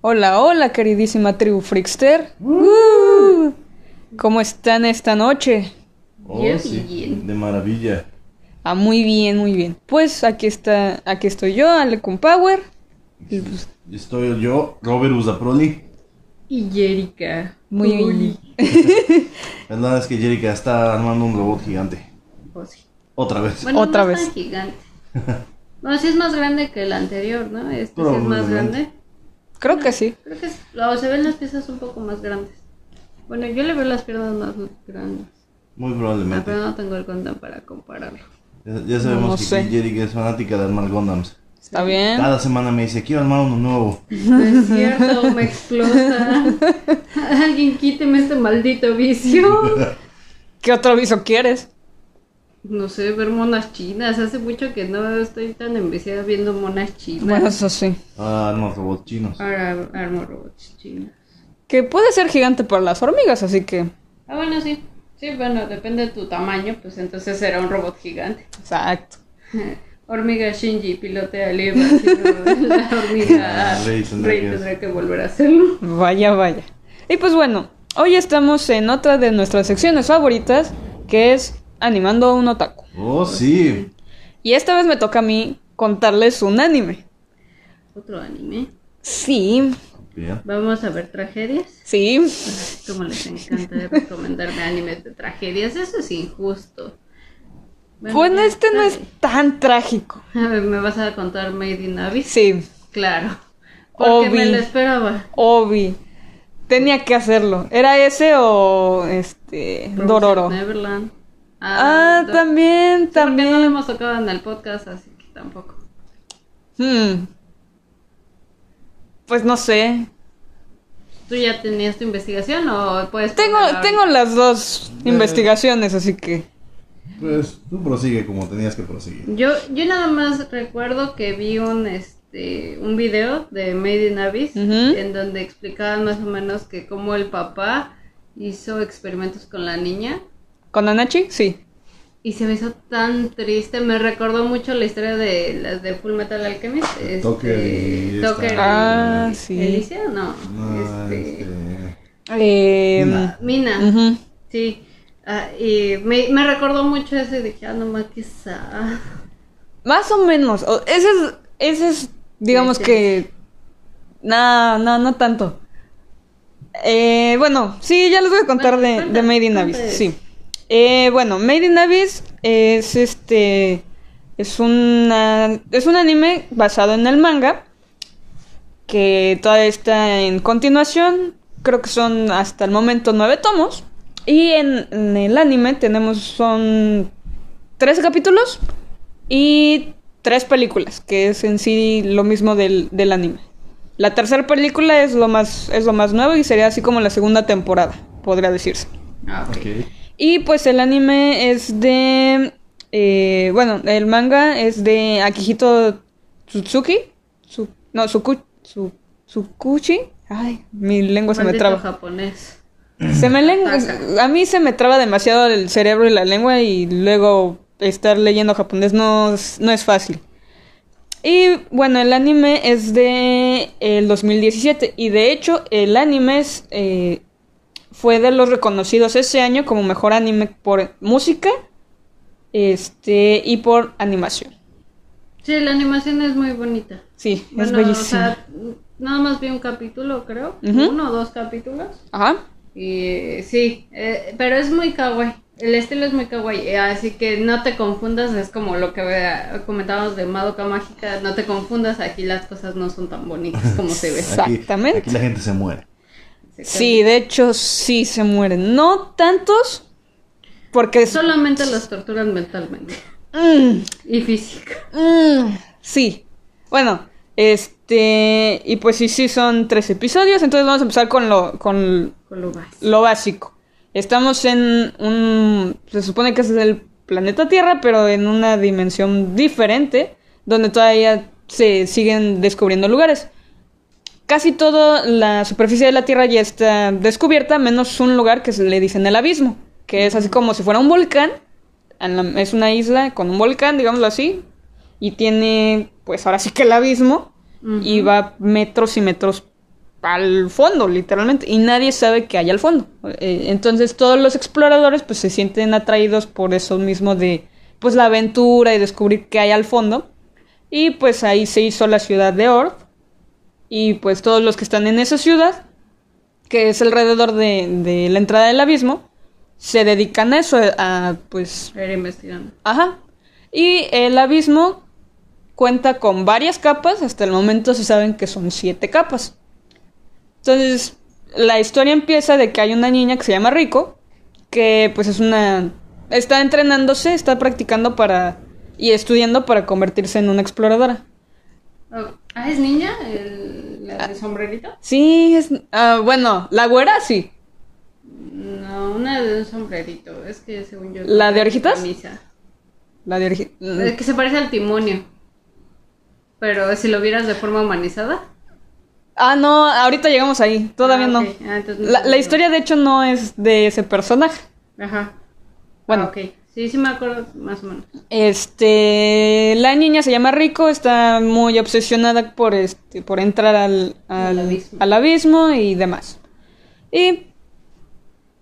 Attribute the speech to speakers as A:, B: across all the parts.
A: Hola, hola, queridísima tribu Frickster. Uh, ¿Cómo están esta noche?
B: Oh,
C: Yo
B: sí,
C: bien.
B: de maravilla.
A: Ah, muy bien, muy bien. Pues aquí está, aquí estoy yo, Ale con Power. Y, pues,
B: Estoy yo, Robert Usaproli.
C: Y Jerica.
A: Muy
C: Uli.
B: La verdad es que Jerica está armando un robot gigante.
C: Oh, sí.
B: Otra vez.
C: Bueno,
A: Otra
C: no
A: vez.
C: es tan gigante. Bueno, sí es más grande que el anterior, ¿no? Este sí es más
B: Probablemente.
C: grande.
A: creo que sí.
C: Creo que es- o se ven las piezas un poco más grandes. Bueno, yo le veo las piernas más grandes.
B: Muy
C: Ah,
B: probablemente.
C: pero no tengo el condón para compararlo.
B: Ya, ya sabemos
A: No
B: que
A: sé.
B: sí, Jerica es fanática de armar Gondams.
A: Está bien.
B: Cada semana me dice, quiero armar uno nuevo.
C: No es cierto, me explota. Alguien quíteme este maldito vicio.
A: ¿Qué otro aviso quieres?
C: No sé, ver monas chinas. Hace mucho que no estoy tan enviciada viendo monas chinas.
A: Bueno, eso sí.
B: Ahora arma robots chinos.
C: Ahora armo robots chinos.
A: Que puede ser gigante para las hormigas, así que.
C: Ah, bueno, sí. Sí, bueno, depende de tu tamaño, pues entonces será un robot gigante.
A: Exacto.
C: Hormiga Shinji pilotea el Eva, pero la hormiga
B: Ah, Rey
C: Rey
B: tendrá que-
C: tendrá que volver a hacerlo.
A: Vaya, vaya. Y pues bueno, hoy estamos en otra de nuestras secciones favoritas, que es Animando a un Otaku.
B: Oh,
C: Pues
B: sí.
A: Y esta vez me toca a mí contarles un anime.
C: Otro anime.
A: Sí,
B: Bien.
C: Vamos a ver tragedias.
A: sí.
C: Como les encanta recomendarme animes de tragedias, eso es injusto.
A: Bueno, este no es
C: dale.
A: tan trágico.
C: A ver, ¿me vas a contar Made in Abyss?
A: Sí,
C: Claro. Porque me
A: Obi.
C: lo esperaba.
A: Obi. Tenía que hacerlo. ¿Era ese o este Dororo?
C: Neverland.
A: Ah,
C: Do-
A: también,
C: También no lo
A: también.
C: hemos tocado en el podcast, así que tampoco.
A: Hmm. Pues no sé.
C: ¿Tú ya tenías tu investigación o puedes...
A: Tengo,
C: poner ahora?
A: tengo las dos investigaciones, así que.
B: Pues tú prosigue como tenías que proseguir.
C: Yo, yo nada más recuerdo que vi un, este, un video de Made in Abyss
A: Ujú.
C: en donde explicaban más o menos que cómo el papá hizo experimentos con la niña
A: ¿Con Anachi? Sí.
C: y se me hizo tan triste. Me recordó mucho la historia de las de Full Metal Alchemist. Este,
B: Tucker y esta-
C: Tucker y-
A: Ah, sí.
C: ¿Elicia? No.
B: Ah,
C: este,
B: este,
A: Em,
B: Mina.
C: Mina.
A: ujú.
C: Sí, ah, y me, me recordó mucho eso y dije, ah, no más que sa-
A: Más o menos. o- Ese es, ese es, digamos
C: Ese
A: que... No, no, no tanto. Eh, bueno, sí, ya les voy a contar
C: Bueno,
A: de,
C: cuenta,
A: de Made in
C: cuenta
A: Abyss.
C: eso.
A: Sí. Eh, bueno, Made in Abyss es este... Es, una, es un anime basado en el manga que todavía está en continuación. Creo que son hasta el momento nueve tomos. Y en, en el anime tenemos son tres capítulos y tres películas, que es en sí lo mismo del, del anime. La tercera película es lo más es lo más nuevo y sería así como la segunda temporada, podría decirse.
C: Ah, ok.
B: Ok.
A: Y pues el anime es de eh, bueno, el manga es de Akihito Tsutsuki, Tsu- no, Suku- Tsu- Tsukuchi. Ay, mi lengua Pues se me
C: Maldito
A: traba.
C: japonés.
A: Se me len-
C: Ataca.
A: A mí se me traba demasiado el cerebro y la lengua y luego estar leyendo japonés no, es- no es fácil. Y bueno, el anime es de el 2017 y de hecho el anime es, eh, fue de los reconocidos ese año como mejor anime por música este y por animación.
C: Sí, la animación es muy bonita.
A: Sí, es
C: Bueno, o
A: bellísimo.
C: sea, nada más vi un capítulo, creo.
A: Ujú.
C: Uno o dos capítulos.
A: Ajá.
C: Y eh, sí, eh, pero es muy kawaii. El estilo es muy kawaii, eh, así que no te confundas, es como lo que eh, comentábamos de Madoka Mágica, no te confundas, aquí las cosas no son tan bonitas como se ve.
B: Aquí-
A: Exactamente.
B: Aquí, la gente se muere.
A: Sí, de hecho sí se mueren. No tantos porque es-
C: Solamente los torturan mentalmente
A: Mm.
C: y física.
A: Mm, sí. Bueno, este. Y pues sí, sí, son tres episodios. Entonces vamos a empezar con lo, con
C: Con lo más.
A: lo básico. Estamos en un. Se supone que es el planeta Tierra, pero en una dimensión diferente. Donde todavía se siguen descubriendo lugares. Casi toda la superficie de la Tierra ya está descubierta, menos un lugar que se le dicen el abismo, que es así como si fuera un volcán. en la- Es una isla con un volcán, digámoslo así, y tiene, pues ahora sí que el abismo, y
C: Ujú.
A: va metros y metros al fondo, literalmente, y nadie sabe que hay al fondo. Eh, entonces todos los exploradores pues se sienten atraídos por eso mismo de pues la aventura y descubrir qué hay al fondo. Y pues ahí se hizo la ciudad de Orth. Y pues todos los que están en esa ciudad, que es alrededor de, de la entrada del abismo, se dedican a eso, a pues...
C: Era investigando.
A: Ajá. Y el abismo cuenta con varias capas, hasta el momento se saben que son siete capas. Entonces, la historia empieza de que hay una niña que se llama Rico, que pues es una... está entrenándose, está practicando para... y estudiando para convertirse en una exploradora.
C: Oh, Ah, ¿es niña? ¿El, ¿La de sombrerito?
A: Sí, es... ah, bueno, la güera sí.
C: No, una de un sombrerito. Es que según yo.
A: ¿La de orejitas?
C: camisa.
A: La de origi- mm.
C: Eh, Que se parece al timonio. Pero si lo vieras de forma humanizada.
A: Ah, no, ahorita llegamos ahí, todavía
C: Ah,
A: no.
C: ok. Ah, entonces no
A: La,
C: sé
A: la
C: si-
A: historia de hecho no es de ese personaje.
C: Ajá.
A: Bueno,
C: Ah, ok. Sí, sí me acuerdo más o menos.
A: Este, la niña se llama Rico, está muy obsesionada por este, por entrar al, al,
C: Al abismo.
A: al abismo y demás. Y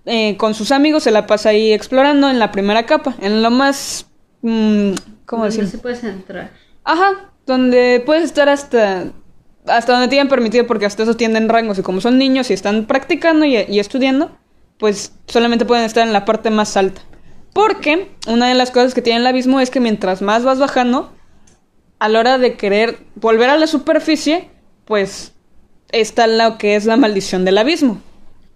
A: eh, con sus amigos se la pasa ahí explorando en la primera capa, en lo más, mm, ¿cómo
C: ¿Dónde
A: decirlo?
C: sí puedes entrar?
A: Ajá, donde puedes estar hasta hasta donde te hayan permitido porque hasta eso tienen rangos y como son niños y están practicando y, y estudiando, pues solamente pueden estar en la parte más alta. Porque una de las cosas que tiene el abismo es que mientras más vas bajando, a la hora de querer volver a la superficie, pues está lo que es la maldición del abismo.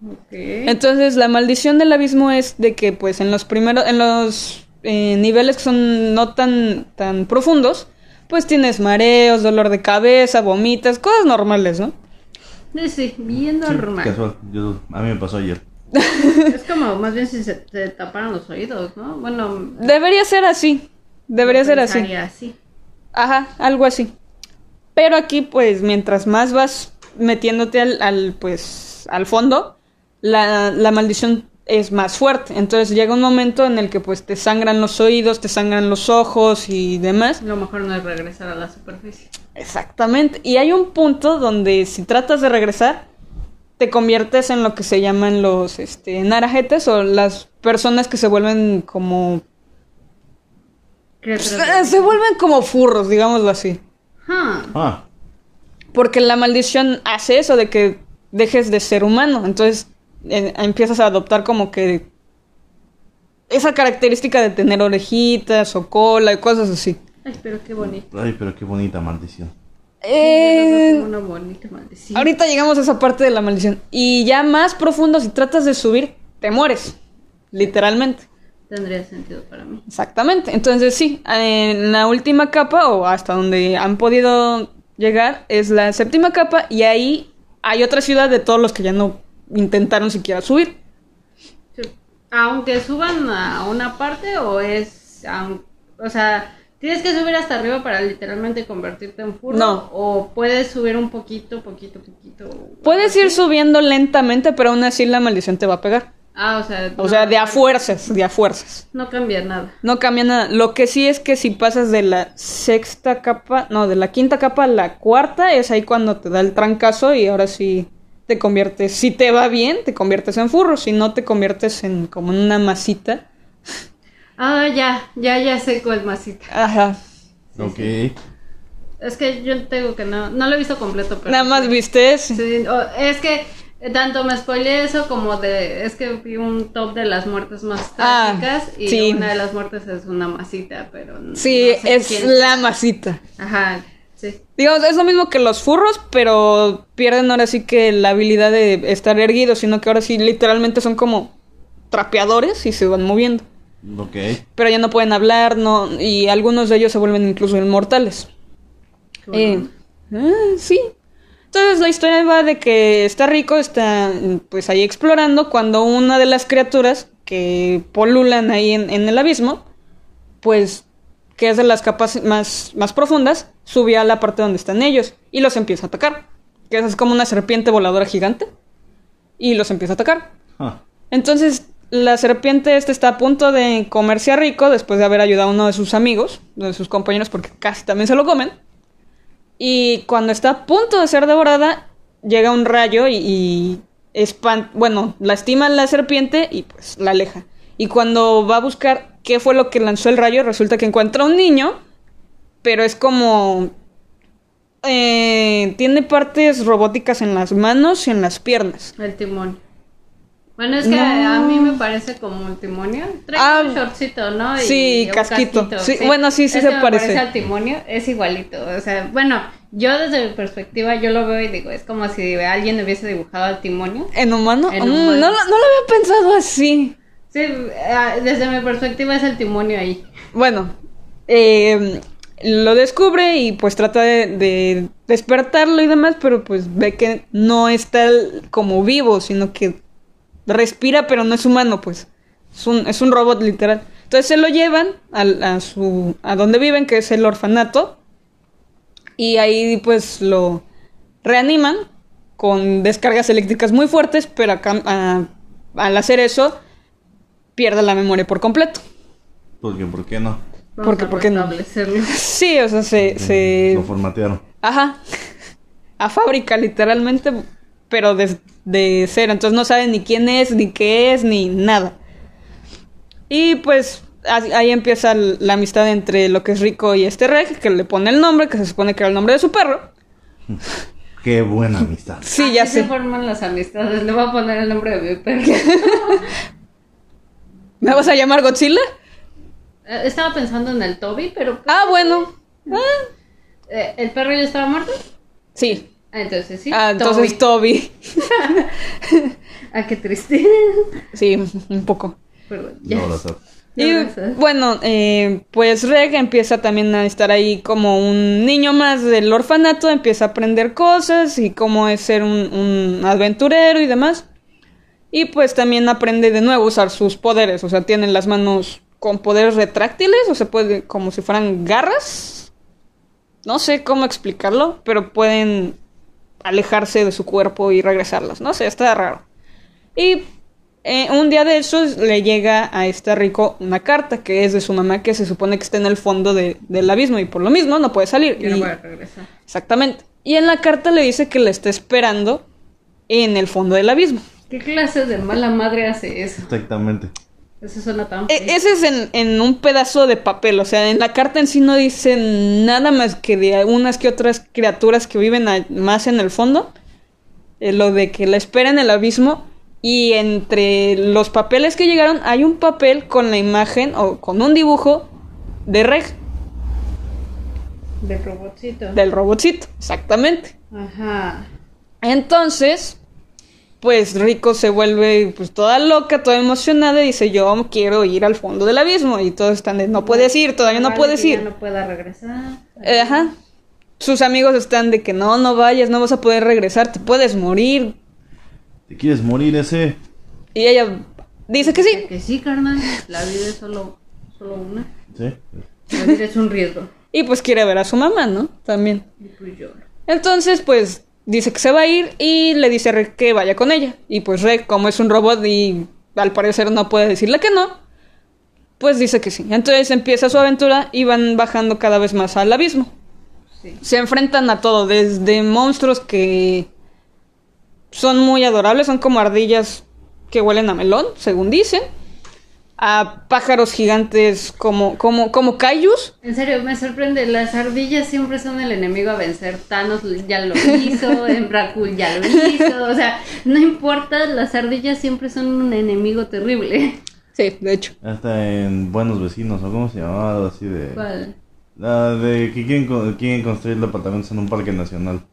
C: Ok.
A: Entonces, la maldición del abismo es de que, pues, en los primeros, en los eh, niveles que son no tan, tan profundos, pues tienes mareos, dolor de cabeza, vomitas, cosas normales, ¿no?
C: Sí, sí, bien
B: Sí,
C: normal.
B: casual. Yo- a mí me pasó ayer.
C: es como más bien si se te taparan los oídos, ¿no? Bueno.
A: Debería ser así. Debería ser así.
C: pensaría así.
A: Ajá, algo así. Pero aquí, pues, mientras más vas metiéndote al, al, pues, al fondo, la, la maldición es más fuerte. Entonces llega un momento en el que, pues, te sangran los oídos, te sangran los ojos y demás.
C: Lo mejor no es regresar a la superficie.
A: Exactamente. Y hay un punto donde si tratas de regresar, te conviertes en lo que se llaman los este, narajetes o las personas que se vuelven como...
C: Criaturas
A: Se,
C: de-
A: se vuelven como furros, digámoslo así.
C: Ah,
B: Ah,
A: Porque la maldición hace eso de que dejes de ser humano. Entonces eh, empiezas a adoptar como que esa característica de tener orejitas o cola y cosas así.
C: Ay, pero qué bonito.
B: ay, pero qué bonita maldición.
C: Sí, yo lo veo
A: Eh,
C: como Una bonita maldición.
A: Ahorita llegamos a esa parte de la maldición. Y ya más profundo, si tratas de subir, te mueres. Literalmente.
C: Tendría sentido para mí.
A: Exactamente. Entonces, sí, en la última capa, o hasta donde han podido llegar, es la séptima capa. Y ahí hay otra ciudad de todos los que ya no intentaron siquiera subir.
C: Sí. Aunque suban a una parte o es... aun- o sea, ¿tienes que subir hasta arriba para literalmente convertirte en furro?
A: No.
C: ¿O puedes subir un poquito, poquito, poquito?
A: Puedes ir
C: subiendo.
A: subiendo lentamente, pero aún así la maldición te va a pegar.
C: Ah, o sea...
A: O
C: no-
A: sea, de a fuerzas, de a fuerzas.
C: No cambia nada.
A: No cambia nada. Lo que sí es que si pasas de la sexta capa, no, de la quinta capa a la cuarta, es ahí cuando te da el trancazo y ahora sí te conviertes, si te va bien, te conviertes en furro, si no te conviertes en como en una masita.
C: Ah, ya, ya, ya sé cuál masita.
A: Ajá.
B: ok.
C: Es que yo tengo que no... No lo he visto completo, pero...
A: Nada más viste ese.
C: Sí, o- es que eh, tanto me spoileé eso como de. Es que vi un top de las muertes más
A: Ah,
C: trágicas y
A: sí.
C: una de las muertes es una masita, pero. no-
A: Sí,
C: no sé
A: es
C: quién.
A: la masita.
C: Ajá, sí.
A: Digamos, es lo mismo que los furros, pero pierden ahora sí que la habilidad de estar erguidos, sino que ahora sí literalmente son como trapeadores y se van moviendo.
B: Ok.
A: pero ya no pueden hablar, no, y algunos de ellos se vuelven incluso inmortales.
C: Qué bueno.
A: Eh, ah, sí. Entonces la historia va de que está rico, está pues ahí explorando, cuando una de las criaturas que polulan ahí en, en el abismo, pues que es de las capas más, más profundas, sube a la parte donde están ellos y los empieza a atacar. Que esa es como una serpiente voladora gigante y los empieza a atacar.
B: Ah,
A: Entonces, la serpiente esta está a punto de comerse a Rico después de haber ayudado a uno de sus amigos, de sus compañeros, porque casi también se lo comen. Y cuando está a punto de ser devorada, llega un rayo y, y espan- bueno, lastima a la serpiente y pues la aleja. Y cuando va a buscar qué fue lo que lanzó el rayo, resulta que encuentra un niño, pero es como... eh, tiene partes robóticas en las manos y en las piernas.
C: El timón. Bueno, es que
A: No.
C: a mí me parece como un timonio. Trae
A: Ah,
C: un shortcito, ¿no? Y
A: sí,
C: un
A: casquito. Sí, bueno, sí, sí
C: Ese
A: se
C: me
A: parece.
C: al timonio, es igualito. O sea, bueno, yo desde mi perspectiva, yo lo veo y digo, es como si alguien hubiese dibujado al timonio.
A: ¿En humano?
C: En
A: Mm,
C: humano.
A: No, lo- no lo había pensado así.
C: Sí, eh, desde mi perspectiva es el timonio ahí.
A: Bueno, eh, lo descubre y pues trata de, de despertarlo y demás, pero pues ve que no está el- como vivo, sino que respira, pero no es humano, pues. Es un, es un robot literal. Entonces se lo llevan al- a, su a donde viven, que es el orfanato, y ahí pues lo reaniman con descargas eléctricas muy fuertes, pero acá- a- al hacer eso pierde la memoria por completo.
B: Porque, ¿por qué no?
C: Vamos
A: Porque-
C: a
A: porque no.
C: restablecerlo.
A: Sí, o sea,
B: Mm,
A: se... se-
B: Lo formatearon.
A: Ajá. A fábrica, literalmente, pero de, de cero. Entonces no sabe ni quién es, ni qué es, ni nada. Y pues así- ahí empieza l- la amistad entre lo que es Rico y este Reg, que le pone el nombre, que se supone que era el nombre de su perro.
B: Qué buena amistad.
A: Ah, Sí,
C: Así
A: ya
C: se
A: sé.
C: forman las amistades. Le voy a poner el nombre de mi perro.
A: ¿Me vas a llamar Godzilla?
C: Eh, Estaba pensando en el Toby, pero
A: Ah, bueno. Ah,
C: eh, el perro ya estaba muerto.
A: sí.
C: Ah, entonces sí.
A: Ah, entonces
C: Toby.
A: Toby.
C: Ah, qué triste.
A: Sí, un poco.
C: Perdón. ya.
B: No, lo sé.
A: Y
C: No, eso.
A: bueno, eh, pues Reg empieza también a estar ahí como un niño más del orfanato, empieza a aprender cosas y cómo es ser un, un aventurero y demás. Y pues también aprende de nuevo a usar sus poderes, o sea, tiene las manos con poderes retráctiles, o se puede como si fueran garras. No sé cómo explicarlo, pero pueden alejarse de su cuerpo y regresarlas. No sé, está raro. Y eh, un día de esos le llega a este rico una carta que es de su mamá que se supone que está en el fondo de- del abismo y por lo mismo no puede salir.
C: Yo no
A: Y-
C: voy a regresar.
A: exactamente. Y en la carta le dice que la está esperando en el fondo del abismo.
C: ¿Qué clase de mala madre hace eso?
B: Exactamente.
C: Eso suena tan
A: E-
C: feo.
A: ese es en, en un pedazo de papel, o sea, en la carta en sí no dice nada más que de unas que otras criaturas que viven a- más en el fondo, eh, lo de que la espera en el abismo y entre los papeles que llegaron hay un papel con la imagen o con un dibujo de Reg,
C: Del robotcito.
A: del robotcito, exactamente.
C: Ajá.
A: Entonces, pues Rico se vuelve pues toda loca, toda emocionada y dice, yo quiero ir al fondo del abismo. Y todos están de, no puedes ir, todavía no
C: Vale,
A: puedes
C: que ya
A: ir.
C: no pueda regresar.
A: Eh, ajá. Sus amigos están de que no, no vayas, no vas a poder regresar, te puedes morir.
B: ¿Te quieres morir ese?
A: Y ella dice que sí.
C: Que sí, carnal. La vida es solo, solo una.
B: Sí.
C: La vida es un riesgo.
A: Y pues quiere ver a su mamá, ¿no? También.
C: Y tú lloro.
A: Entonces, pues dice que se va a ir y le dice a Reg que vaya con ella. Y pues Reg, como es un robot y al parecer no puede decirle que no, pues dice que sí. Entonces empieza su aventura y van bajando cada vez más al abismo.
C: Sí.
A: Se enfrentan a todo, desde monstruos que son muy adorables, son como ardillas que huelen a melón, según dicen, a pájaros gigantes como como como kaijus.
C: En serio, me sorprende. Las ardillas siempre son el enemigo a vencer. Thanos ya lo hizo, Emrakul ya lo hizo. O sea, no importa, las ardillas siempre son un enemigo terrible.
A: Sí, de hecho.
B: Hasta en Buenos Vecinos, ¿o cómo se llamaba? Algo Así de...
C: ¿Cuál?
B: La de que quieren, con- quieren construir departamentos en un parque nacional.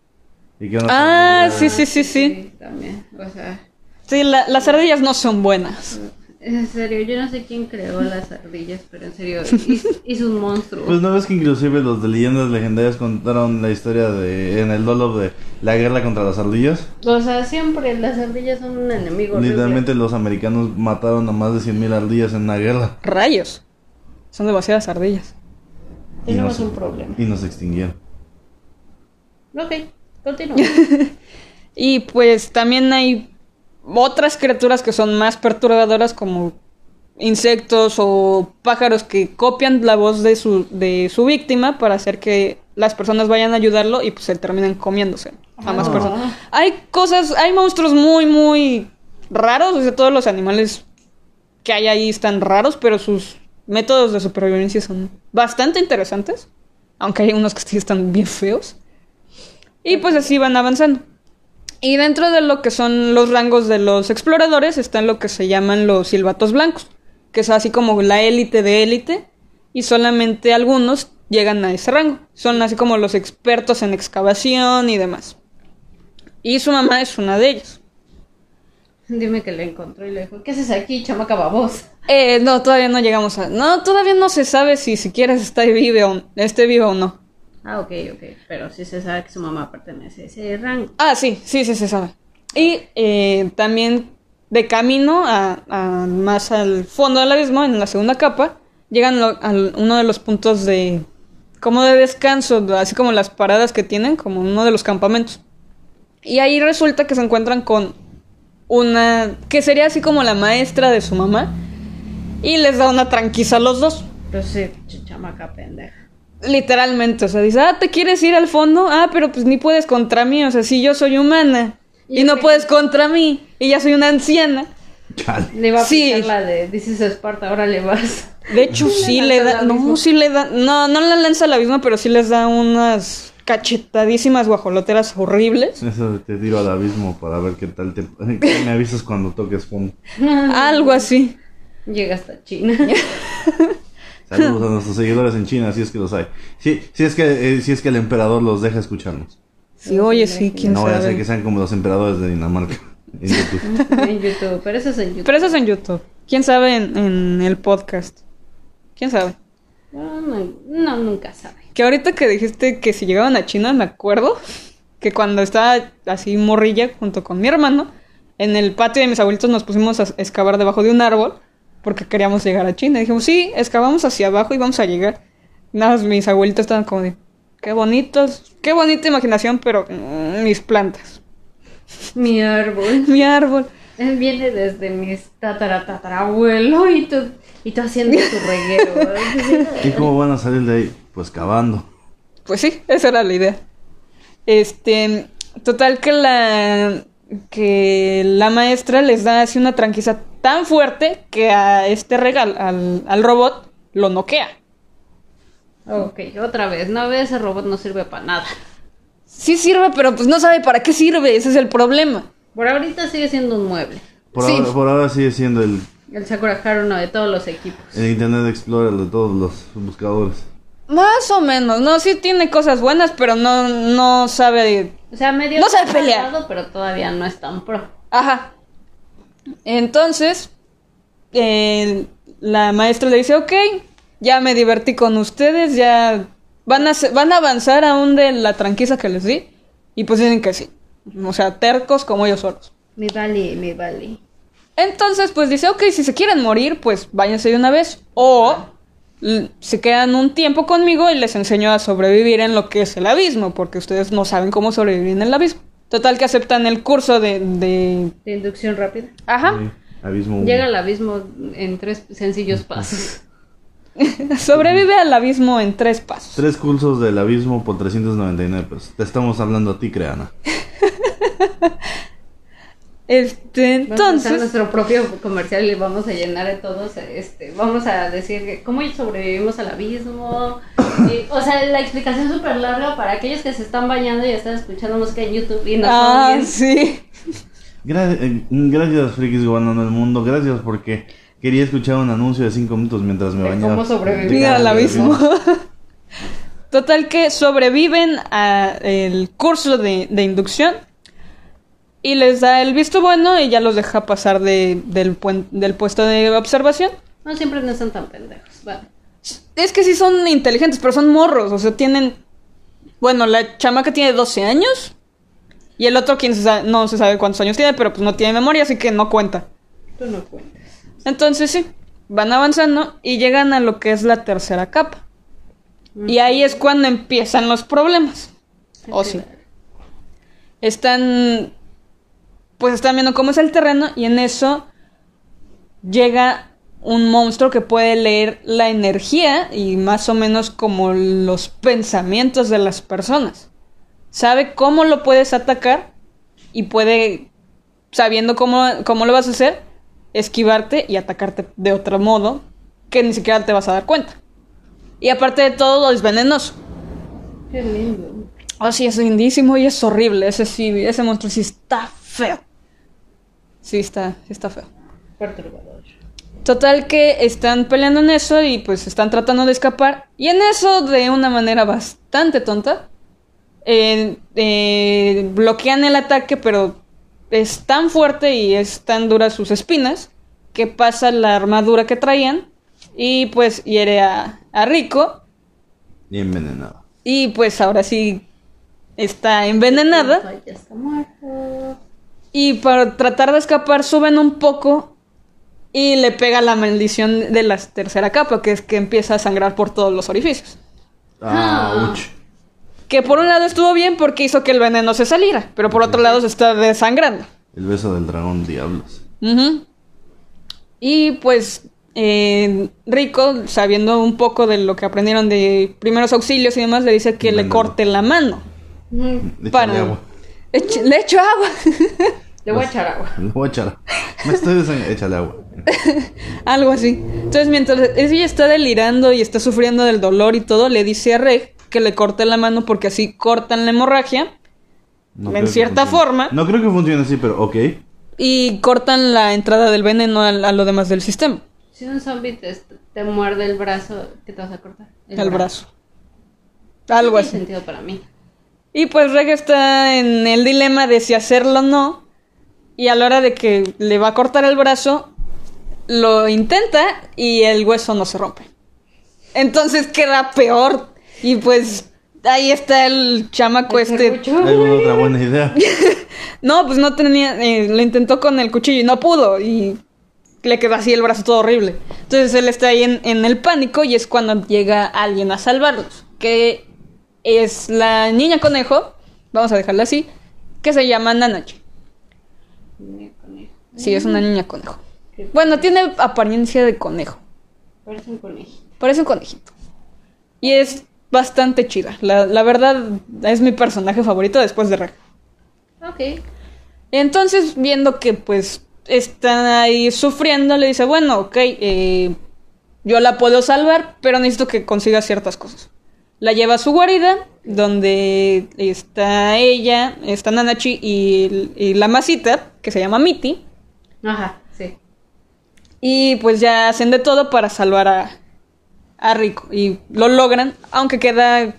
B: Y que van a
A: Ah, sí, sí, sí, sí.
C: También, o sea.
A: Sí, la- las ardillas no son buenas.
C: En serio, yo no sé quién creó las ardillas, pero en serio, hizo, hizo un monstruo.
B: Pues no ves que inclusive los de leyendas legendarias contaron la historia de en el dolo de la guerra contra las ardillas.
A: Pues
C: o sea, siempre las ardillas son un enemigo. horrible.
B: Literalmente los americanos mataron a más de 100.000 ardillas en la guerra
A: Rayos. Son demasiadas ardillas.
C: Tenemos
B: Y no
C: un problema.
B: y nos extinguieron.
C: Ok, continúa.
A: Y pues también hay otras criaturas que son más perturbadoras como insectos o pájaros que copian la voz de su, de su víctima para hacer que las personas vayan a ayudarlo y pues se terminan comiéndose a más
C: Ah.
A: personas. Hay cosas, hay monstruos muy, muy raros, o sea, todos los animales que hay ahí están raros, pero sus métodos de supervivencia son bastante interesantes, aunque hay unos que sí están bien feos. Y pues así van avanzando. Y dentro de lo que son los rangos de los exploradores están lo que se llaman los silbatos blancos, que es así como la élite de élite, y solamente algunos llegan a ese rango. Son así como los expertos en excavación y demás. Y su mamá es una de ellas.
C: Dime que le encontró y le dijo, ¿qué haces aquí, chamaca babosa?
A: Eh, no, todavía no llegamos a... No, todavía no se sabe si siquiera está viva o, esté viva o no.
C: Ah, ok, ok. Pero sí se sabe que su mamá pertenece a ese rango.
A: Ah, sí, sí, sí se sabe. Y eh, también de camino a, a- más al fondo del abismo, en la segunda capa, llegan lo- a uno de los puntos de como de descanso, así como las paradas que tienen, como uno de los campamentos. Y ahí resulta que se encuentran con una que sería así como la maestra de su mamá y les da una tranquiza a los dos.
C: Pero sí, ch- chamaca pendeja.
A: Literalmente, o sea, dice, ah, ¿te quieres ir al fondo? Ah, pero pues ni puedes contra mí, o sea, si yo soy humana y,
C: Y
A: no
C: es que-
A: puedes contra mí y ya soy una anciana.
B: Chale.
C: Le va a
A: Sí.
C: aplicar la de, dices Esparta, ahora le vas.
A: De hecho, sí le
C: lanza
A: da,
C: al
A: no,
C: abismo.
A: sí le da, no, no la lanza al abismo, pero sí les da unas cachetadísimas guajoloteras horribles.
B: Eso de te tiro al abismo para ver qué tal te... ¿Qué me avisas cuando toques fondo?
A: Algo así.
C: Llega hasta China.
B: Saludos a nuestros seguidores en China, si es que los hay. Si, si, es que, eh, si es que el emperador los deja escucharnos.
A: Sí, oye, sí, quién
B: No vaya a ser
A: sabe.
B: que sean como los emperadores de Dinamarca. en YouTube.
C: en YouTube, pero eso es en YouTube.
A: Pero eso es en YouTube. ¿Quién sabe en, en el podcast? ¿Quién sabe?
C: No, no, no, nunca sabe.
A: Que ahorita que dijiste que si llegaban a China, me acuerdo que cuando estaba así morrilla junto con mi hermano, en el patio de mis abuelitos nos pusimos a excavar debajo de un árbol porque queríamos llegar a China. Dijimos, sí, excavamos hacia abajo y vamos a llegar. Nada, más mis abuelitos estaban como de, qué bonitos, qué bonita imaginación, pero mm, mis plantas,
C: Mi árbol
A: mi árbol.
C: él viene desde mis tataratatarabuelo y tú, y tú haciendo tu reguero.
B: ¿Y cómo van a salir de ahí? Pues cavando.
A: Pues sí, esa era la idea. Este, total que la que la maestra les da así una tranquiza tan fuerte que a este regal, al, al robot, lo noquea.
C: ok, otra vez. No, ese robot no sirve para nada.
A: Sí sirve, pero pues no sabe para qué sirve, ese es el problema.
C: Por ahorita sigue siendo un mueble.
B: Por,
A: Sí.
B: ahora, por ahora sigue siendo el,
C: El Sakura Haruno de todos los equipos.
B: el Internet Explorer de todos los buscadores.
A: Más o menos, no, sí tiene cosas buenas, pero no, no sabe
C: O sea, medio
A: No sabe pelear.
C: avanzado, pero todavía no es tan pro.
A: Ajá. Entonces, el- la maestra le dice, ok, ya me divertí con ustedes, ya van a, se- van a avanzar aún de la tranquiza que les di. Y pues dicen que sí. O sea, tercos como ellos solos.
C: Mi Bali, mi Bali.
A: Entonces, pues dice, ok, si se quieren morir, pues váyanse de una vez. O l- se quedan un tiempo conmigo y les enseño a sobrevivir en lo que es el abismo, porque ustedes no saben cómo sobrevivir en el abismo. Total que aceptan el curso de... de...
C: De inducción rápida.
A: Ajá.
B: Sí, abismo uno.
C: Llega al abismo en tres sencillos pasos.
A: Sobrevive al abismo en tres pasos.
B: Tres cursos del abismo por 399 pesos. Te estamos hablando a ti, Creana.
A: Este,
C: Vamos a hacer
A: entonces,
C: nuestro propio comercial y vamos a llenar de todos, este, vamos a decir que cómo sobrevivimos al abismo. Y, o sea, la explicación súper larga para aquellos que se están bañando y están escuchando música en YouTube y no
A: ah,
C: oyen.
A: sí.
B: Gra- eh, gracias, frikis gobernando el mundo. Gracias porque quería escuchar un anuncio de cinco minutos mientras me
C: De
B: bañaba.
C: cómo sobrevivir
B: De
A: Mira
B: cómo
A: al abismo.
B: sobrevivir.
A: Total que sobreviven a el curso de, de inducción y les da el visto bueno y ya los deja pasar de- del, puen- del puesto de observación.
C: No siempre no están tan pendejos. Vale.
A: Es que sí son inteligentes, pero son morros, o sea, tienen... Bueno, la chamaca tiene 12 años y el otro, quién se sa- no se sabe cuántos años tiene, pero pues no tiene memoria, así que no cuenta.
C: Tú no cuentas.
A: Entonces sí, van avanzando y llegan a lo que es la tercera capa.
C: Mm.
A: Y ahí es cuando empiezan los problemas. O sí. Están, pues están viendo cómo es el terreno y en eso llega un monstruo que puede leer la energía y más o menos como los pensamientos de las personas. Sabe cómo lo puedes atacar y puede, sabiendo cómo, cómo lo vas a hacer, esquivarte y atacarte de otro modo que ni siquiera te vas a dar cuenta. Y aparte de todo, es venenoso.
C: Qué lindo.
A: Oh, sí, es lindísimo y es horrible. Ese sí, ese monstruo sí está feo. Sí está, sí está feo.
C: Perturbador.
A: Total que están peleando en eso y pues están tratando de escapar. Y en eso, de una manera bastante tonta, eh, eh, bloquean el ataque, pero es tan fuerte y es tan dura sus espinas que pasa la armadura que traían y pues hiere a, a Rico.
B: Y envenenado.
A: Y pues ahora sí está envenenada.
C: Ay, Ya está muerto.
A: Y para tratar de escapar suben un poco y le pega la maldición de la tercera capa, que es que empieza a sangrar por todos los orificios.
B: Ah,
C: Ah.
B: uch.
A: Que por un lado estuvo bien porque hizo que el veneno se saliera, pero por otro lado se está desangrando.
B: El beso del dragón, diablos.
A: Ujú. Y pues eh, Rico, sabiendo un poco de lo que aprendieron de primeros auxilios y demás, le dice que le
B: Veneno.
A: corte la mano.
C: Mm,
B: Échale
A: Para-
B: agua.
A: Eche- le echo agua.
C: Le voy a echar agua.
B: Le voy a echar. Me estoy desangrando. Échale agua.
A: Algo así. Entonces, mientras ella está delirando y está sufriendo del dolor y todo, le dice a Reg que le corte la mano porque así cortan la hemorragia En
B: creo que
A: cierta
B: funcione.
A: forma.
B: No creo que funcione así, pero ok.
A: y cortan la entrada del veneno al- a, lo demás del sistema,
C: Si un zombie te, te muerde el brazo, ¿qué te vas a cortar?
A: el, brazo. Algo
C: No tiene
A: así.
C: sentido para mí.
A: Y pues Reg está en el dilema de si hacerlo o no. Y a la hora de que le va a cortar el brazo, lo intenta y el hueso no se rompe. Entonces queda peor. Y pues ahí está el chamaco
C: El
A: este.
C: serrucho.
B: ¿Alguna otra buena idea?
A: No, pues no tenía. eh, lo intentó con el cuchillo y no pudo. Y le quedó así el brazo todo horrible. Entonces él está ahí en, en el pánico y es cuando llega alguien a salvarlos. Que es la niña conejo. Vamos a dejarla así. Que se llama Nanachi.
C: Niña conejo.
A: Sí, es una niña conejo.
C: Qué-
A: Bueno, tiene apariencia de conejo.
C: Parece un conejito.
A: Parece un conejito. Y es bastante chida. La, la verdad, es mi personaje favorito después de Reg.
C: Ok.
A: Entonces, viendo que pues están ahí sufriendo, le dice, bueno, ok, eh, yo la puedo salvar, pero necesito que consiga ciertas cosas. La lleva a su guarida, donde está ella, está Nanachi y, y la masita, que se llama Miti,
C: Ajá, sí.
A: y pues ya hacen de todo para salvar a, a Rico. Y lo logran, aunque queda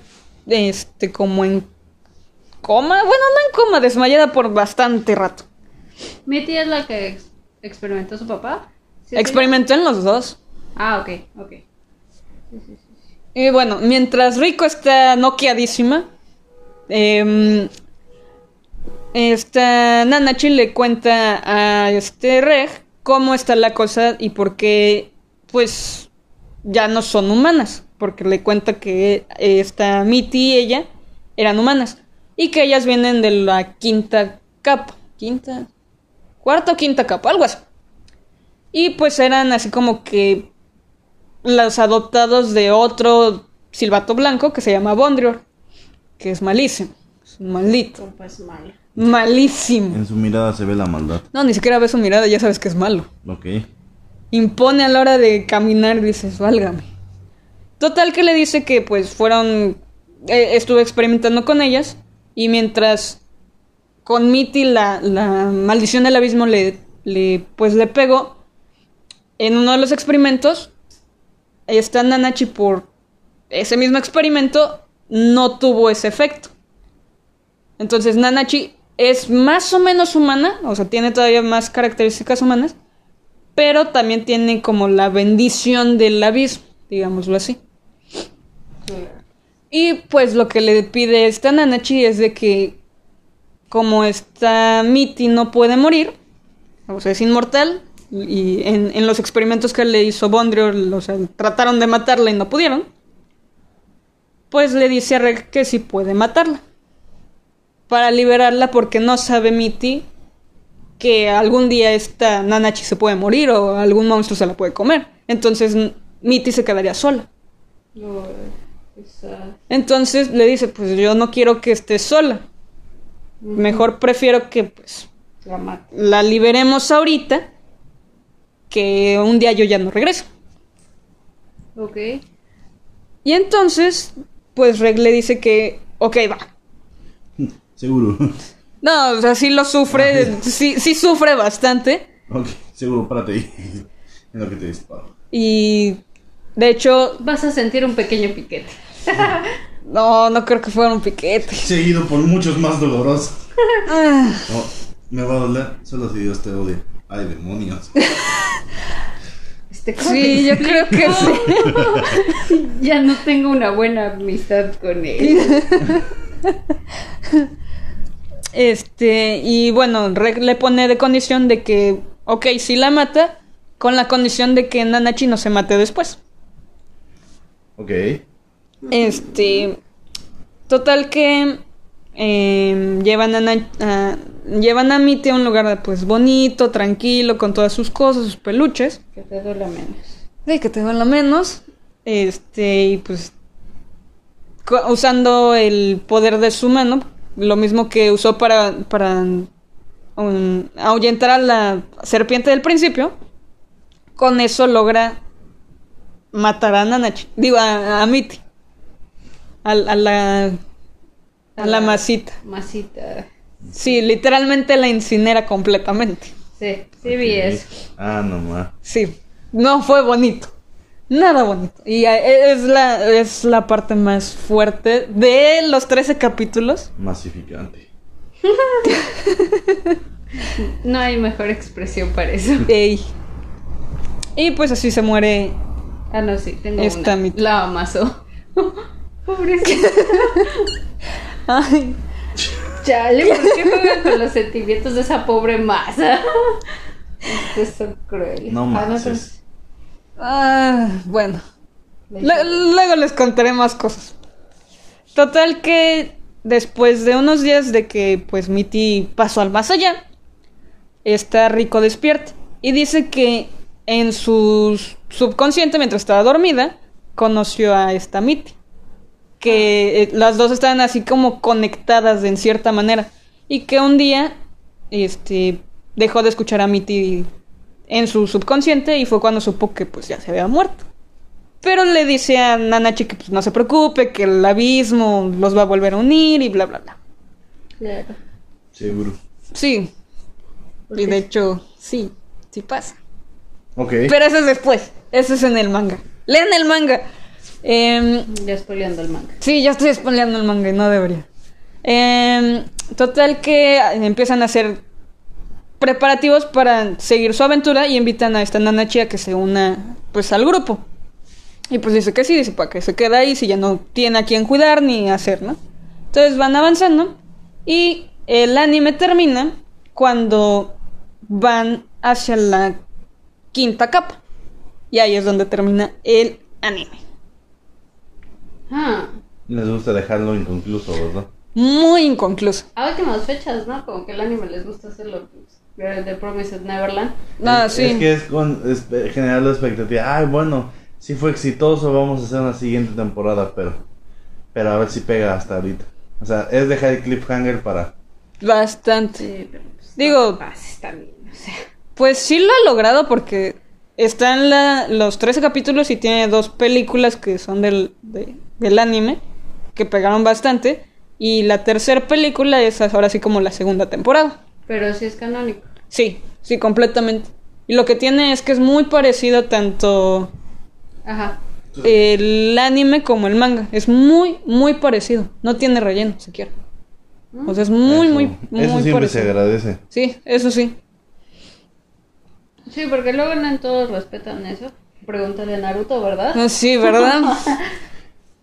A: este como en coma, bueno, no en coma, desmayada por bastante rato.
C: Mi tía es la que ex- experimentó su papá. ¿Sí, sí?
A: Experimentó en los dos.
C: Ah, ok, ok.
A: Y bueno, mientras Rico está noqueadísima, em, esta Nanachi le cuenta a este Reg cómo está la cosa y por qué, pues, ya no son humanas. Porque le cuenta que esta Mitty y ella eran humanas. Y que ellas vienen de la quinta capa. Quinta. Cuarta o quinta capa, algo así. Y pues eran así como que los adoptados de otro silbato blanco que se llama Bondrior, que es malísimo, es un maldito,
C: Compa es malo.
A: malísimo.
B: En su mirada se ve la maldad.
A: No, ni siquiera ves su mirada, ya sabes que es malo.
B: Ok.
A: Impone a la hora de caminar, dices, válgame. Total que le dice que pues fueron, eh, estuve experimentando con ellas y mientras con Mitty la, la maldición del abismo le, le, pues le pegó, en uno de los experimentos, esta Nanachi por ese mismo experimento no tuvo ese efecto. Entonces Nanachi es más o menos humana, o sea, tiene todavía más características humanas, pero también tiene como la bendición del abismo, digámoslo así. Y pues lo que le pide esta Nanachi es de que como esta Miti no puede morir, o sea, es inmortal, y en, en los experimentos que le hizo Bondrior, o sea, trataron de matarla y no pudieron, pues le dice a Reg que sí puede matarla. Para liberarla porque no sabe Miti que algún día esta Nanachi se puede morir o algún monstruo se la puede comer. Entonces n- Mitty se quedaría sola.
C: No, esa-
A: Entonces le dice, pues yo no quiero que estés sola. Mejor prefiero que pues
C: La mata.
A: la liberemos ahorita que un día yo ya no regreso.
C: Ok.
A: Y entonces, pues Reg le dice que, ok, va.
B: Seguro.
A: No, o sea, sí lo sufre, sí, sí sufre bastante.
B: ok, seguro, párate ahí. en lo que te disparo.
A: Y de hecho,
C: Vas a sentir un pequeño piquete.
A: no, no creo que fuera un piquete.
B: Seguido por muchos más dolorosos.
A: Ah,
B: No, me va a doler solo si Dios te odia. Ay, demonios.
C: Este, ¿cómo
A: sí,
C: te
A: yo creo que sí.
C: explico? Ya no tengo una buena amistad con él.
A: Este, y bueno, Reg le pone de condición de que, ok, sí la mata, con la condición de que Nanachi no se mate después.
B: Ok.
A: Este. Total que. eh, llevan a, Na- a- llevan a Mitty a un lugar pues bonito, tranquilo, con todas sus cosas, sus peluches.
C: Que te duela menos.
A: De que te duela menos. Este, y pues. co- usando el poder de su mano. Lo mismo que usó para. para um, ahuyentar a la serpiente del principio. Con eso logra matar a Nanachi. Digo, a, a Mitty. Al- A, la. A la masita.
C: Masita.
A: Sí, literalmente la incinera completamente.
C: Sí, sí
B: Ok.
C: vi eso.
B: Ah, no más.
A: Sí, no fue bonito. Nada bonito. Y eh, es la, es la parte más fuerte de los 13 capítulos.
B: Masificante.
C: No hay mejor expresión para eso.
A: Ey. Y pues así se muere.
C: Ah, no, sí, tengo
A: Esta
C: una.
A: mitad.
C: La amasó. Pobrecita.
A: Ay,
C: Chale, ¿por qué juegan con los sentimientos de esa pobre masa? Ustedes son crueles.
B: No
C: Ah,
B: más.
C: pero-
A: ah, bueno, Lu- luego les contaré más cosas. Total que después de unos días de que pues Mitty pasó al más allá, está Rico despierta y dice que en su subconsciente mientras estaba dormida conoció a esta Mitty. Que eh, las dos estaban así como conectadas en cierta manera y que un día este dejó de escuchar a Mitty en su subconsciente y fue cuando supo que pues ya se había muerto. Pero le dice a Nanachi que pues, no se preocupe, que el abismo los va a volver a unir y bla, bla, bla.
C: Claro.
B: Seguro.
A: Sí.
C: Ok.
A: Y de hecho, sí, sí pasa.
B: Ok.
A: Pero eso es después, eso es en el manga. Lean el manga. Em,
C: Ya spoileando el manga.
A: sí, ya estoy spoileando el manga y no debería. Em, total que empiezan a hacer preparativos para seguir su aventura y invitan a esta Nanachi a que se una pues al grupo. Y pues dice que sí, dice para que se queda ahí si ya no tiene a quien cuidar ni hacer, ¿no? Entonces van avanzando y el anime termina cuando van hacia la quinta capa. Y ahí es donde termina el anime.
C: Ah,
B: Les gusta dejarlo inconcluso, ¿verdad?
A: Muy inconcluso.
C: a últimas fechas, ¿no? Como que el anime les gusta hacerlo. pues, pero The Promised Neverland.
A: No,
B: es,
A: sí.
B: es que es con es pe- generar la expectativa. Ay, bueno, si fue exitoso, vamos a hacer una siguiente temporada, pero pero a ver si pega hasta ahorita. O sea, es dejar el cliffhanger para
A: Bastante.
C: pero pues,
A: Digo-
C: no pases también, o sea.
A: Pues sí lo ha logrado porque están la- los 13 capítulos y tiene dos películas que son del, de- del anime, que pegaron bastante. Y la tercera película es ahora sí como la segunda temporada.
C: Pero sí es canónico.
A: Sí, sí, completamente. Y lo que tiene es que es muy parecido tanto
C: Ajá.
A: el anime como el manga. Es muy, muy parecido. No tiene relleno siquiera. O sea, es muy,
B: eso.
A: muy,
B: Eso
A: muy
B: siempre se
A: parecido.
B: agradece.
A: Sí, eso sí.
C: Sí, porque luego no en todos respetan eso. Pregúntale a Naruto, ¿verdad?
A: Ah, Sí, ¿verdad?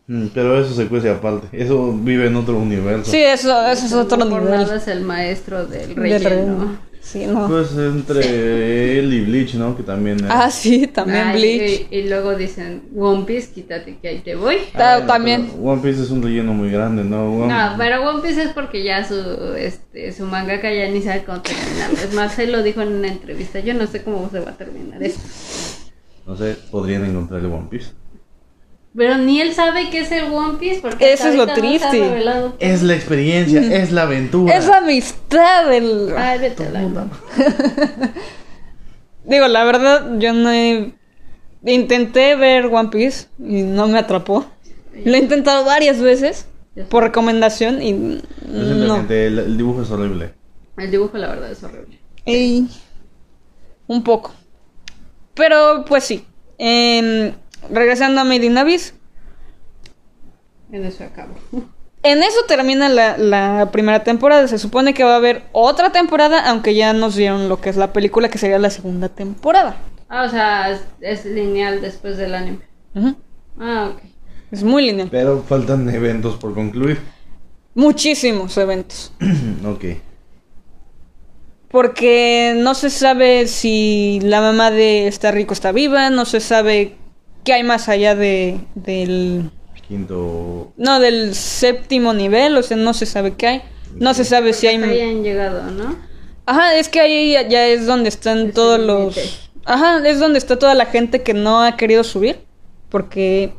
B: Mm, Pero eso se cuece aparte. Eso vive en otro universo.
A: Sí, eso, eso es otro
C: por
A: nivel.
C: nada es el maestro del
A: Del
C: relleno.
A: relleno. Sí, no.
B: Pues entre él y Bleach, ¿no? Que también. eh,
A: Ah, sí, también
C: Ay,
A: Bleach.
C: Y, y luego dicen, One Piece, quítate que ahí te voy.
A: Ta-
B: no,
A: también.
B: Ah, pero One Piece es un relleno muy grande, ¿no? One-
C: No, pero One Piece es porque ya su, este, su mangaka ya ni sabe cómo terminarlo. Es más, él lo dijo en una entrevista. Yo no sé cómo se va a terminar esto.
B: No sé, podrían encontrar el One Piece.
C: Pero ni él sabe qué es el One Piece porque
A: Eso
C: hasta
A: es lo
C: ahorita no se ha
A: triste.
C: revelado.
B: Es la experiencia, es la aventura.
A: Mm. Es amistad del...
C: Ay, vete a la-
A: Digo, la verdad, yo no he- Intenté ver One Piece y no me atrapó. Lo he intentado varias veces
C: Ya sé.
A: por recomendación y n-
B: Yo siento
A: no.
B: gente, el, el dibujo es horrible.
C: El dibujo, la verdad, es horrible.
A: Ey, un poco. Pero pues sí. Em, regresando a Made in Abyss,
C: En eso acabo.
A: En eso termina la, la primera temporada. Se supone que va a haber otra temporada, aunque ya nos dieron lo que es la película, que sería la segunda temporada.
C: Ah, o sea, es, es lineal después del anime.
A: Ujú.
C: Ah, ok.
A: Es muy lineal.
B: Pero faltan eventos por concluir.
A: Muchísimos eventos.
B: ok.
A: Porque no se sabe si la mamá de Está Rico está viva, no se sabe qué hay más allá de, del...
B: Quinto.
A: No, del séptimo nivel, o sea, no se sabe qué hay. No se sabe si
C: Hasta
A: hay...
C: ahí han llegado, ¿no?
A: Ajá, es que ahí ya- ya es donde están
C: Es
A: todos
C: el
A: los...
C: límite.
A: Ajá, es donde está toda la gente que no ha querido subir, porque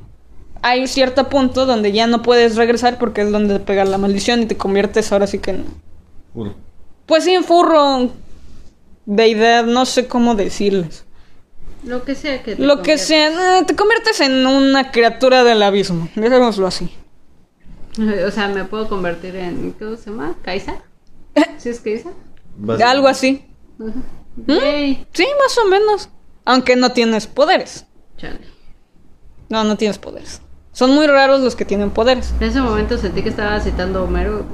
A: hay un cierto punto donde ya no puedes regresar porque es donde te pega la maldición y te conviertes ahora sí que en...
B: Ur-
A: Pues sí, en furro, deidad, no sé cómo decirles.
C: Lo que sea que te
A: Lo que
C: convierta.
A: sea, eh, te conviertes en una criatura del abismo, dejémoslo así.
C: O sea, me puedo convertir en. ¿Cómo se llama? ¿Kaisa? ¿Sí es Kaisa?
B: básicamente.
A: Algo así.
C: Ajá.
A: ¿Mm?
C: Yay.
A: Sí, más o menos. Aunque no tienes poderes.
C: Chale.
A: No, no tienes poderes. Son muy raros los que tienen poderes.
C: En ese momento sentí que estaba citando a Homero.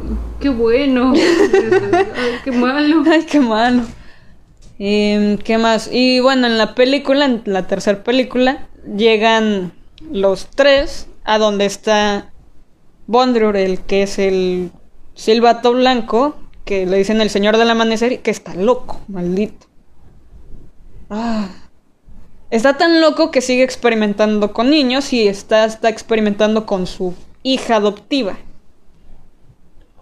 C: ¡Qué bueno! Ay, ¡Qué malo!
A: Ay, qué malo. Em, ¿Qué más? Y bueno, en la película, en la tercera película, llegan los tres a donde está Bondrur, el que es el silbato blanco, que le dicen el señor del amanecer, y que está loco, maldito. Ah. Está tan loco que sigue experimentando con niños y está, está experimentando con su hija adoptiva.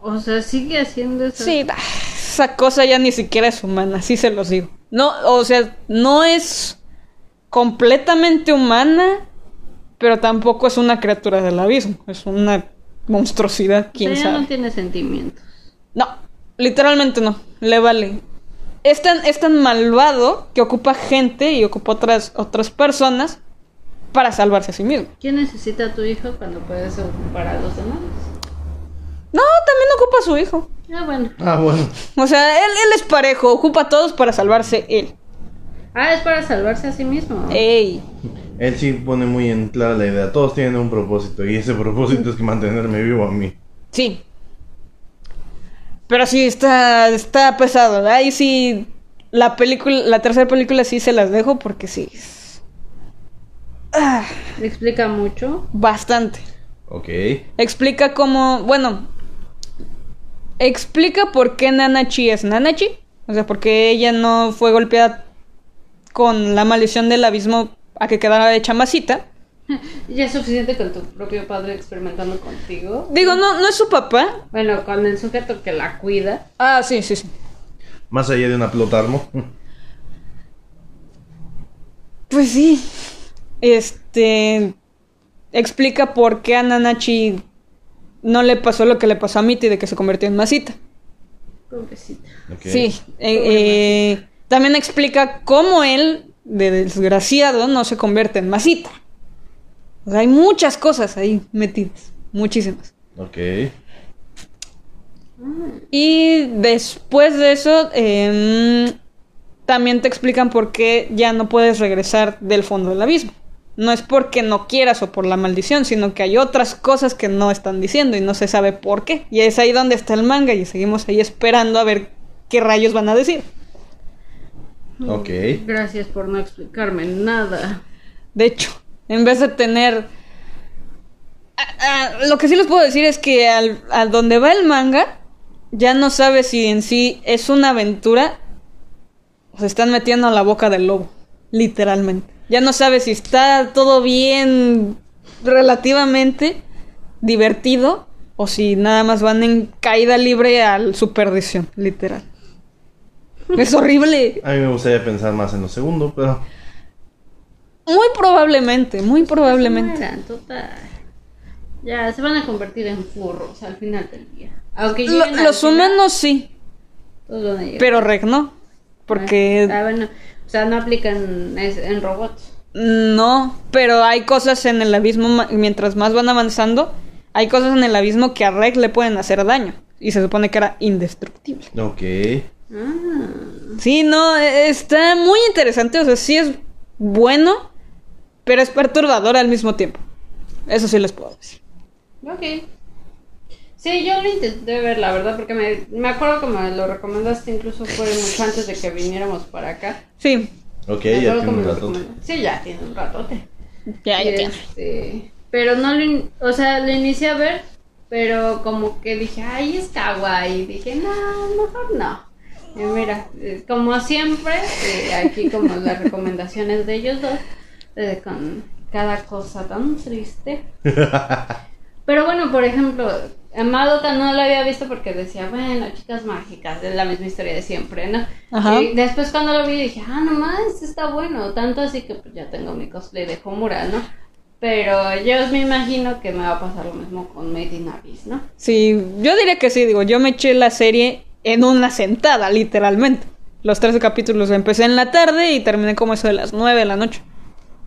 C: O sea, sigue haciendo eso.
A: Sí, bah, esa cosa ya ni siquiera es humana, sí se los digo. No, o sea, no es completamente humana, pero tampoco es una criatura del abismo, es una monstruosidad,
C: O sea,
A: quién
C: ya no
A: sabe.
C: tiene sentimientos.
A: No, literalmente no, le vale. Es tan, es tan malvado que ocupa gente y ocupa otras, otras personas para salvarse a sí mismo.
C: ¿Quién necesita a tu hijo cuando puedes ocupar a los demás?
A: No, también ocupa a su hijo.
C: Ah, bueno.
B: Ah, bueno.
A: O sea, él, él es parejo, ocupa a todos para salvarse él.
C: Ah, es para salvarse a sí mismo.
A: Ey.
B: Él sí pone muy en clara la idea. Todos tienen un propósito y ese propósito es que mantenerme vivo a mí.
A: Sí. Pero sí, está, está pesado. Ahí sí, la película, la tercera película sí se las dejo porque sí. es- Ah,
C: Explica mucho.
A: bastante.
B: Ok.
A: Explica cómo, bueno, explica por qué Nanachi es Nanachi. O sea, porque ella no fue golpeada con la maldición del abismo a que quedara hecha masita.
C: Ya es suficiente con tu propio padre experimentando contigo.
A: Digo, no, no es su papá.
C: Bueno, con el sujeto que la cuida.
A: Ah, sí, sí, sí.
B: Más allá de una plotarmo.
A: Pues sí. Este. Explica por qué a Nanachi no le pasó lo que le pasó a Mitty de que se convirtió en masita.
C: Pobrecita.
B: Ok.
A: Sí. eh, eh, también explica cómo él, de desgraciado, no se convierte en masita. O sea, hay muchas cosas ahí metidas. Muchísimas.
B: Ok.
A: Y después de eso, em, también te explican por qué ya no puedes regresar del fondo del abismo. No es porque no quieras o por la maldición, sino que hay otras cosas que no están diciendo y no se sabe por qué. Y es ahí donde está el manga y seguimos ahí esperando a ver qué rayos van a decir.
B: Ok.
C: Gracias por no explicarme nada.
A: De hecho, en vez de tener... Ah, ah, lo que sí les puedo decir es que al, a donde va el manga, ya no sabes si en sí es una aventura se están metiendo a la boca del lobo, literalmente. Ya no sabes si está todo bien relativamente divertido o si nada más van en caída libre a su perdición, literal. Es horrible.
B: A mí me gustaría pensar más en lo segundo, pero
A: Muy probablemente, muy probablemente.
C: Mueran, total. Ya, se van a convertir en furros al final del día. Aunque
A: Lo-
C: lleguen al
A: los
C: final,
A: humanos sí,
C: todos van a llegar.
A: pero Reg no.
C: Ah,
A: Porque
C: bueno, o sea, no aplican es- en robots.
A: no, pero hay cosas en el abismo, ma- mientras más van avanzando, hay cosas en el abismo que a Reg le pueden hacer daño. Y se supone que era indestructible.
B: ok.
C: Ah,
A: Sí, no, e- está muy interesante, o sea, sí es bueno, pero es perturbador al mismo tiempo. Eso sí les puedo decir.
C: ok. Sí, yo lo intenté ver, la verdad, porque me, me acuerdo que me lo recomendaste, incluso fue mucho antes de que viniéramos para acá.
A: Sí,
B: Ok,
C: Me
B: ya
C: acuerdo
B: tiene
C: que me
B: un
C: lo
B: ratote.
C: recomendaste. Sí, ya tiene un ratote.
A: ya, ya, ya.
C: Este, pero no lo, in- o sea, lo inicié a ver, pero como que dije, ay, es kawaii. Dije, no, mejor no. Y mira, eh, como siempre, eh, aquí como las recomendaciones de ellos dos, eh, con cada cosa tan triste. Pero bueno, por ejemplo, a Madoka no lo había visto porque decía, bueno, chicas mágicas, es la misma historia de siempre, ¿no?
A: Ajá.
C: Y después cuando lo vi dije, ah, nomás, está bueno, tanto así que pues ya tengo mi cosplay de Homura, ¿no? Pero yo me imagino que me va a pasar lo mismo con Made in Abyss, ¿no?
A: Sí, yo diría que sí, digo, yo me eché la serie en una sentada, literalmente. Los 13 capítulos empecé en la tarde y terminé como eso de las 9 de la noche.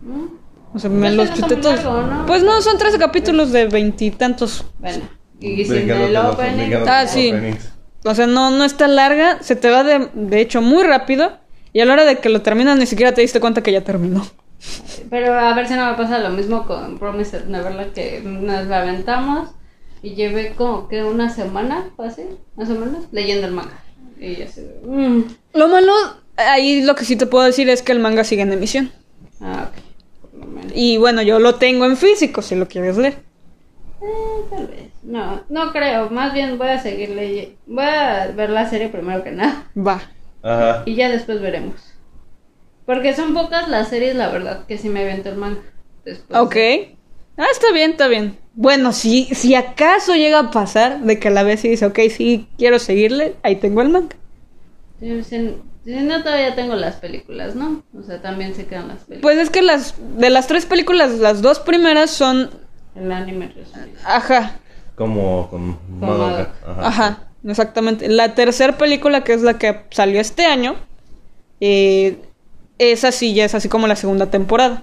C: Mm,
A: O sea, me
C: Pues
A: los
C: no está
A: chuté
C: muy
A: todos.
C: largo, ¿no?
A: Pues no, son 13 capítulos de veintitantos.
C: Bueno, y sin
B: Brincándote
C: el
B: los-
C: opening.
B: brincándote
A: Ah,
B: los
A: sí.
B: openings.
A: O sea, no, no está larga, se te va de, de hecho muy rápido. Y a la hora de que lo terminas ni siquiera te diste cuenta que ya terminó.
C: Pero a ver si no me pasa lo mismo con Promised Neverland que nos la aventamos y llevé como que una semana, fue así, más o menos, leyendo el manga. Y yo así, de, mm,
A: Lo malo, ahí lo que sí te puedo decir es que el manga sigue en emisión.
C: ah, ok, por lo menos.
A: Y bueno, yo lo tengo en físico si lo quieres leer.
C: Eh, tal vez, no, no creo, más bien voy a seguir leyendo, voy a ver la serie primero que nada
A: Va.
B: Ajá.
C: y ya después veremos. Porque son pocas las series, la verdad, que sí me aventó el manga. Después,
A: Ok. Ah, está bien, está bien. Bueno, si, si acaso llega a pasar de que la ves y dice, ok, sí, quiero seguirle, ahí tengo el manga.
C: Si, si- si no, todavía tengo las películas, ¿no? O sea, también se quedan las películas.
A: Pues es que las de las tres películas, las dos primeras son,
C: El anime resumido.
A: ajá,
B: Como con Madoka. Ajá.
A: ajá, exactamente. La tercera película, que es la que salió este año, eh, esa sí ya es así como la segunda temporada.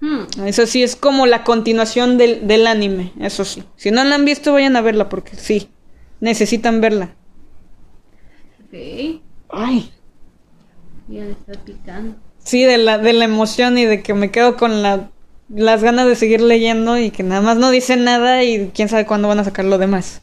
C: Hmm.
A: Esa sí es como la continuación del, del anime, eso sí. Si no la han visto, vayan a verla porque sí, necesitan verla.
C: Ok, ya
A: Ay,
C: le está picando.
A: Sí, de la, de la emoción y de que me quedo con la, las ganas de seguir leyendo y que nada más no dicen nada y quién sabe cuándo van a sacar lo demás.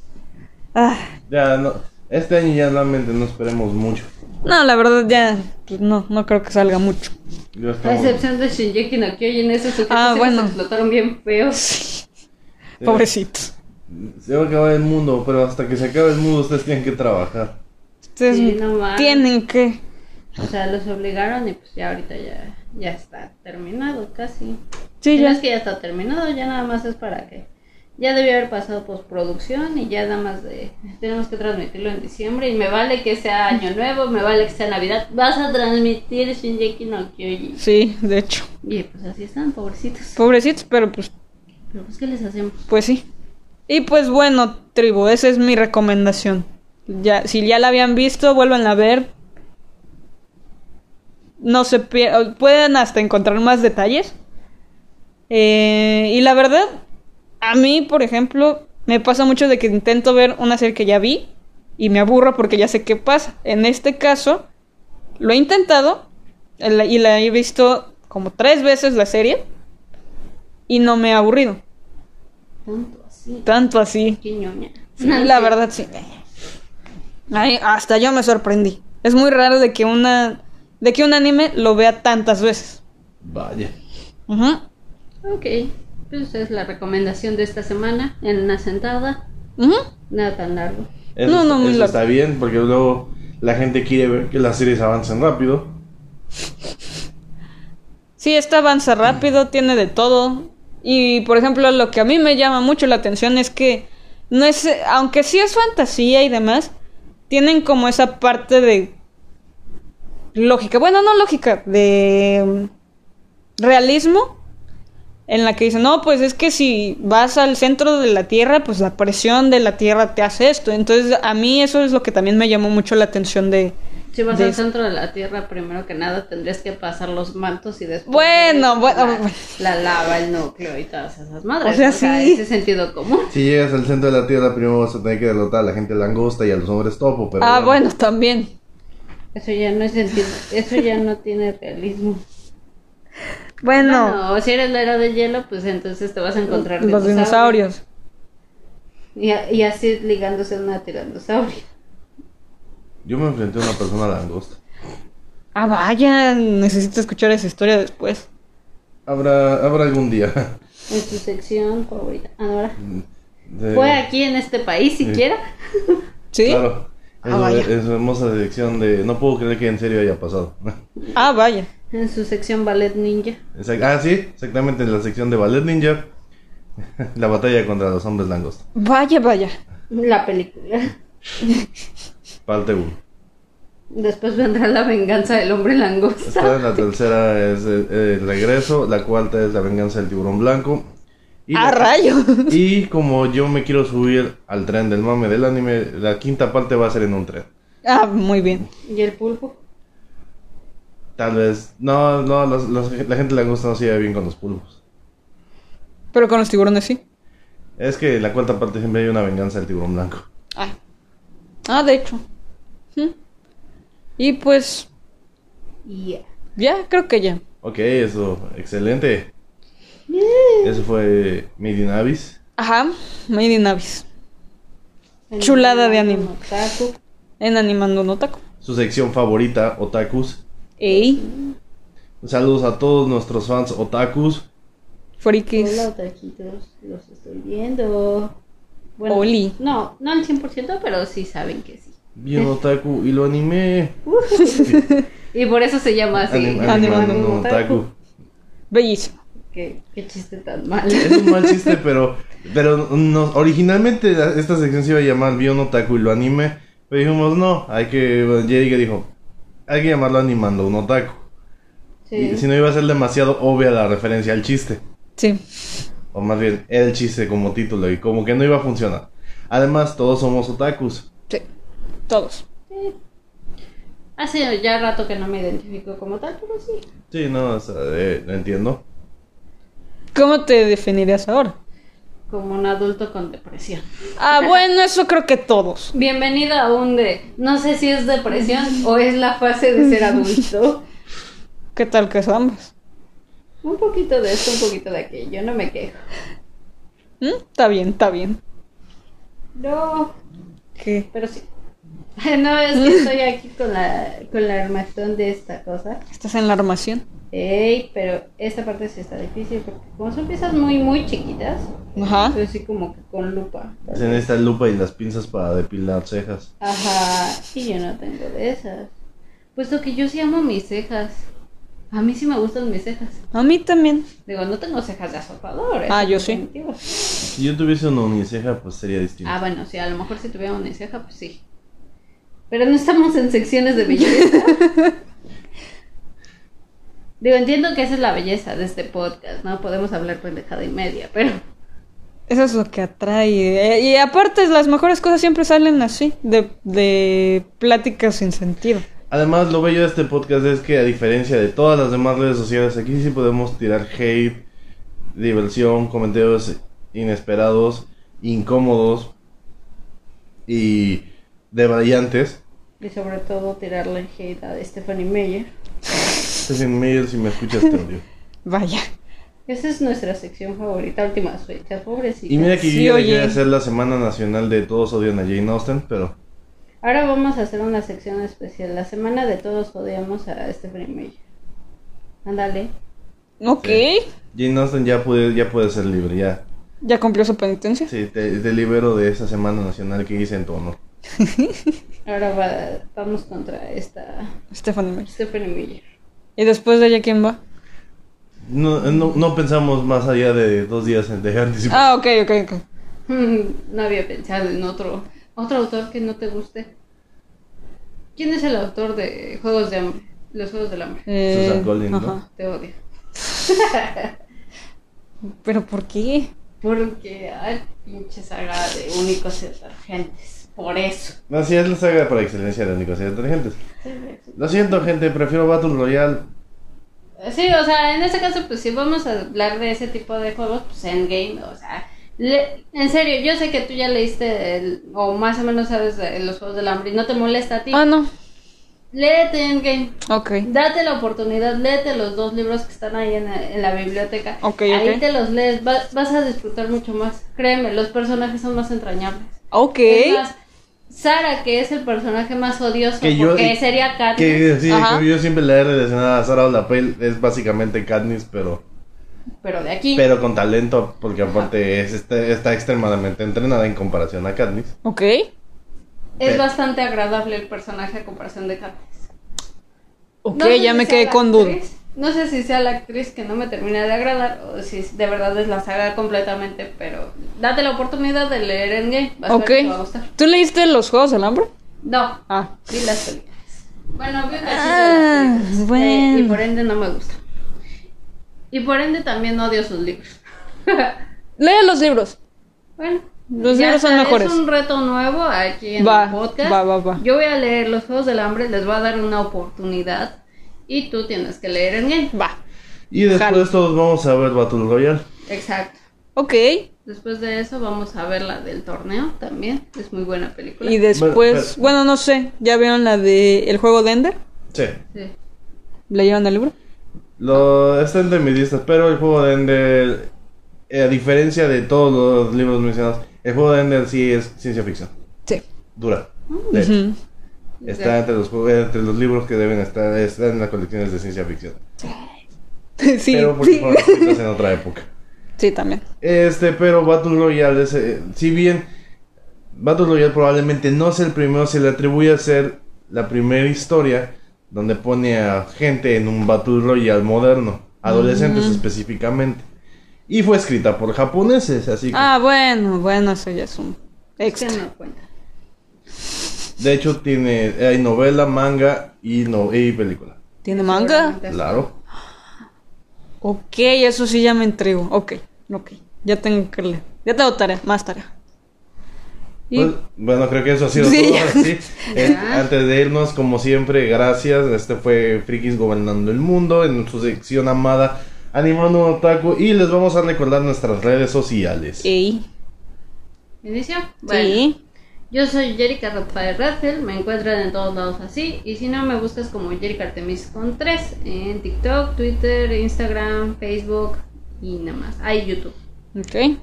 A: Ah,
B: Ya, no. Este año ya realmente no esperemos mucho.
A: no, la verdad ya pues, no, no creo que salga mucho.
B: Yo
C: A
B: estamos-
C: excepción de Shinjeki no Kyojin, esos sujetos
A: Ah,
C: sí los
A: bueno.
C: explotaron bien feos.
B: Sí.
A: Pobrecitos.
B: Se va a acabar el mundo, pero hasta que se acabe el mundo ustedes tienen que trabajar.
A: Ustedes
C: Sí, no mames.
A: tienen que...
C: O sea, los obligaron y pues ya ahorita ya, ya está terminado casi.
A: Sí,
C: Si no
A: ya.
C: es que ya está terminado, ya nada más es para que. Ya debió haber pasado postproducción y ya nada más de. Tenemos que transmitirlo en diciembre y me vale que sea Año Nuevo, me vale que sea Navidad. Vas a transmitir Shinjeki no Kyojin.
A: Sí, de hecho.
C: Y pues así están, pobrecitos.
A: Pobrecitos, pero pues,
C: Pero pues, ¿qué les hacemos?
A: pues sí. Y pues bueno, tribu, esa es mi recomendación. Ya, si ya la habían visto, vuelvan a ver. No se pier- pueden hasta encontrar más detalles. Eh, y la verdad, a mí, por ejemplo, me pasa mucho de que intento ver una serie que ya vi y me aburro porque ya sé qué pasa. En este caso, lo he intentado el- y la he visto como tres veces la serie y no me ha aburrido.
C: Tanto así.
A: Tanto así.
C: Qué ñoña.
A: Sí,
C: Ah,
A: la verdad sí. Ay, hasta yo me sorprendí. Es muy raro de que una de que un anime lo vea tantas veces.
B: Vaya.
A: Ujú.
C: Ok, pues es la recomendación de esta semana en una sentada,
A: Ujú.
C: nada tan largo.
B: Eso,
A: No,
B: no,
A: no, muy
B: eso
A: largo.
B: está bien, porque luego La gente quiere ver que las series avancen rápido.
A: Sí, esta avanza rápido, tiene de todo. Y por ejemplo, lo que a mí me llama mucho la atención es que no es, aunque sí es fantasía y demás, tienen como esa parte de lógica, bueno, no lógica, de mm, realismo en la que dicen, "No, pues es que si vas al centro de la Tierra, pues la presión de la Tierra te hace esto." Entonces, a mí eso es lo que también me llamó mucho la atención de
C: Si vas
A: de
C: al
A: eso.
C: centro de la Tierra, primero que nada tendrías que pasar los mantos y después...
A: Bueno,
C: la-
A: bueno,
C: la,
A: bueno.
C: lava, el núcleo y todas esas madres.
A: O sea, sí.
C: ese sentido común.
B: Si llegas al centro de la Tierra, primero vas a tener que derrotar a la gente langosta y a los hombres topo. Pero
A: Ah, bueno, también.
C: Eso ya no es sentido, eso ya no tiene realismo.
A: Bueno,
C: Bueno, si eres la era del hielo, pues entonces te vas a encontrar
A: los dinosaurios.
C: Y, a- y así ligándose a una tiranosaurio.
B: Yo me enfrenté a una persona langosta.
A: Ah, vaya, necesito escuchar esa historia después.
B: Habrá, habrá algún día.
C: En su sección favorita. Ahora.
B: De-
C: Fue aquí en este país siquiera.
A: ¿Sí?
B: Claro.
A: Ah, vaya.
B: Es, es su hermosa dirección de. No puedo creer que en serio haya pasado.
A: Ah, vaya.
C: En su sección ballet ninja.
B: Exact- ah, sí, exactamente en la sección de Ballet Ninja. La batalla contra los hombres langosta.
A: Vaya, vaya.
C: La película.
B: Parte 1.
C: Después vendrá la venganza del hombre langosta.
B: Después la tercera es el, el regreso. La cuarta es la venganza del tiburón blanco. Y
A: ¡A
B: la-
A: Ah, rayo!
B: Y como yo me quiero subir al tren del mame del anime, la quinta parte va a ser en un tren.
A: Ah, muy bien.
C: Y el pulpo.
B: Tal vez. No, no, los- los- la gente langosta no se lleva bien con los pulpos.
A: Pero con los tiburones sí.
B: Es que la cuarta parte siempre hay una venganza del tiburón blanco.
A: Ah, ah de hecho. Mm. Y pues,
C: Y
A: ya, creo que ya.
B: Ok, eso, excelente. Eso fue Made in Abyss.
A: Ajá, Made in Abyss. Chulada de anime.
C: Otaku.
A: En Animando no Taco.
B: Su sección favorita, Otakus.
A: Ey,
B: Saludos a todos nuestros fans Otakus.
C: Hola,
A: frikis.
C: otaquitos. Los estoy viendo.
A: Oli.
C: No, no al 100%, pero sí saben que sí.
B: Bien Otaku y lo animé.
C: Y por eso se llama así.
B: Anim-
A: animando
B: animando un Otaku.
A: Bellísimo.
C: Qué, qué chiste tan mal.
B: Es un mal chiste, pero, pero nos- originalmente la- esta sección se iba a llamar Bien Otaku y lo animé. Pero dijimos, no, hay que. bueno, Jerry que dijo, hay que llamarlo animando un Otaku. Y
C: Sí.
B: si no iba a ser demasiado obvia la referencia al chiste.
A: Sí.
B: O más bien, era el chiste como título y como que no iba a funcionar. Además, todos somos otakus.
A: Sí. Todos.
C: Hace ya rato que no me identifico como tal, pero sí.
B: Sí, no, o sea, eh, lo entiendo.
A: ¿Cómo te definirías ahora?
C: Como un adulto con depresión.
A: Ah, bueno, eso creo que todos.
C: Bienvenido a un de. No sé si es depresión o es la fase de ser adulto.
A: ¿Qué tal que es ambas?
C: Un poquito de esto, un poquito de aquello. No me quejo.
A: Mm, Está bien, está bien.
C: No,
A: ¿Qué?
C: pero sí. No, es que estoy aquí con la, con la armazón de esta cosa.
A: ¿Estás en la armación?
C: Ey, pero esta parte sí está difícil porque como son piezas muy, muy chiquitas,
A: Ajá.
C: entonces sí como que con lupa.
B: Se necesita lupa y las pinzas para depilar cejas.
C: Ajá, y yo no tengo de esas. Puesto que yo sí amo mis cejas. A mí sí me gustan mis cejas.
A: A mí también.
C: Digo, no tengo cejas de asopador.
A: Ah,
C: eso
A: yo
C: es
A: sí.
C: definitivo.
B: Si yo tuviese una uniceja, pues sería distinto.
C: Ah, bueno, sí, a lo mejor si tuviera una ceja, pues sí. Pero no estamos en secciones de belleza. Digo, entiendo que esa es la belleza de este podcast, ¿no? Podemos hablar pendejada y media, pero...
A: Eso es lo que atrae. Eh, Y aparte, las mejores cosas siempre salen así, de, de pláticas sin sentido.
B: Además, lo bello de este podcast es que, a diferencia de todas las demás redes sociales, aquí sí podemos tirar hate, diversión, comentarios inesperados, incómodos y debrayantes.
C: Y sobre todo tirarle hate a Stephanie Meyer.
B: Stephen Meyer, si me escuchas, este te odio.
A: Vaya.
C: Esa es nuestra sección favorita, últimas fechas, pobrecita.
B: Y mira que
A: Sí,
B: yo
A: oye.
B: ya dejé de hacer la semana nacional de todos odian a Jane Austen, pero
C: Ahora vamos a hacer una sección especial. La semana de todos odiamos a Stephanie Meyer. Ándale.
A: Ok.
B: Jane Austen ya puede, ya puede ser libre, ya.
A: Ya cumplió su penitencia.
B: Sí, te, te libero de esa semana nacional que hice en tu honor.
C: Ahora va- vamos contra esta
A: Stephanie Meyer.
C: Stephanie Miller.
A: ¿Y después de ella quién va?
B: No, no, no pensamos más allá de dos días en dejar anticipar.
A: Ah, ok, ok, ok.
C: Mm, No había pensado en otro, otro autor que no te guste. ¿Quién es el autor de Juegos de Hambre? Los Juegos del Hambre.
A: Eh,
B: Susan Collins, ¿no?
A: ajá.
C: Te odio.
A: ¿Pero por qué?
C: Porque hay pinche saga de únicos detergentes. Por eso.
B: Así es la saga por excelencia de Nicosia Inteligentes. Lo siento, gente, prefiero Battle Royale.
C: Sí, o sea, en este caso, pues si vamos a hablar de ese tipo de juegos, pues Endgame, o sea, le- en serio, yo sé que tú ya leíste el- o más o menos sabes de los Juegos del Hambre y no te molesta a ti.
A: Ah, no.
C: Léete Endgame,
A: Ok.
C: date la oportunidad, léete los dos libros que están ahí en la, en la biblioteca.
A: Ok,
C: ahí
A: ok.
C: te los lees, va- vas a disfrutar mucho más. Créeme, los personajes son más entrañables.
A: Ok.
C: Es más, Sara, que es el personaje más odioso,
B: Que yo-
C: porque sería Katniss.
B: Que sí,
A: Ajá.
B: que yo siempre la he relacionado a Sarah Lapel, es básicamente Katniss, pero,
C: Pero de aquí.
B: pero con talento, porque aparte es, este- está extremadamente entrenada en comparación a Katniss.
A: Ok.
C: Es
B: Pero-
C: bastante agradable el personaje a comparación de Katniss.
A: Ok,
C: No sé
A: ya
C: si
A: me
C: sea
A: quedé
C: la
A: con duda.
C: actriz- No sé si sea la actriz que no me termina de agradar o si es- de verdad es la saga completamente, pero date la oportunidad de leer Endgame. Vas a ver
A: Ok.
C: que te va a gustar.
A: ¿Tú leíste los Juegos del Hambre?
C: No,
A: Ah.
C: vi las películas. Bueno, vi un cachito
A: Ah,
C: de las películas.
A: bueno.
C: Eh, y por ende no me gusta. Y por ende también odio sus libros.
A: Lee los libros.
C: Bueno,
A: Los
C: ya
A: libros son
C: está,
A: mejores.
C: Es un reto nuevo aquí en
A: Va,
C: el podcast.
A: va, va, va.
C: Yo voy a leer Los Juegos del Hambre, les voy a dar una oportunidad y tú tienes que leer en él.
A: Va.
B: Y después
A: Jalo.
B: todos vamos a ver Battle Royale.
C: Exacto.
A: Ok.
C: Después de eso vamos a ver la del torneo también. Es muy buena película.
A: Y después,
B: pero-
A: bueno, no sé, ¿ya vieron la de El juego de Ender?
B: Sí.
C: Sí.
A: ¿Leyeron el libro?
B: Lo, está entre mis listas, pero el juego de Ender, eh, a diferencia de todos los libros mencionados, el juego de Ender sí es ciencia ficción.
A: Sí.
B: Dura. de hecho.
A: Ujú.
B: Está entre los, juegos- entre los libros que deben estar, están en las colecciones de ciencia ficción.
A: Sí,
B: pero pues, porque
A: sí.
B: fueron escritas en otra época.
A: Sí, también.
B: Este, pero Battle Royale, es, eh, si bien Battle Royale probablemente no es el primero, se le atribuye a ser la primera historia donde pone a gente en un Battle Royale moderno, adolescentes específicamente. Y fue escrita por japoneses, así que
A: Ah, bueno, bueno, eso ya es un
C: Es que
A: extra.
C: no cuenta.
B: de hecho tiene hay novela, manga y no y película.
A: ¿Tiene manga?
C: Seguramente.
B: Claro.
A: Ok, eso sí ya me entrego. Ok, ok. Ya tengo que leer. Ya tengo tarea, más tarea. Y
B: Pues, bueno, creo que eso ha sido
A: Sí.
B: todo. ¿sí? Eh,
C: Ya.
B: antes de irnos, como siempre, gracias. Este fue Frikis Gobernando el Mundo en su sección amada Animando un Otaku. Y les vamos a recordar nuestras redes sociales.
A: Ey,
C: ¿Inicio? Bueno.
A: sí.
C: Yo soy Jerica Rafael Radfeld, me encuentran en todos lados así. Y si no me buscas como Jerica Artemis con 3 en TikTok, Twitter, Instagram, Facebook y nada más. Hay YouTube.
A: Ok.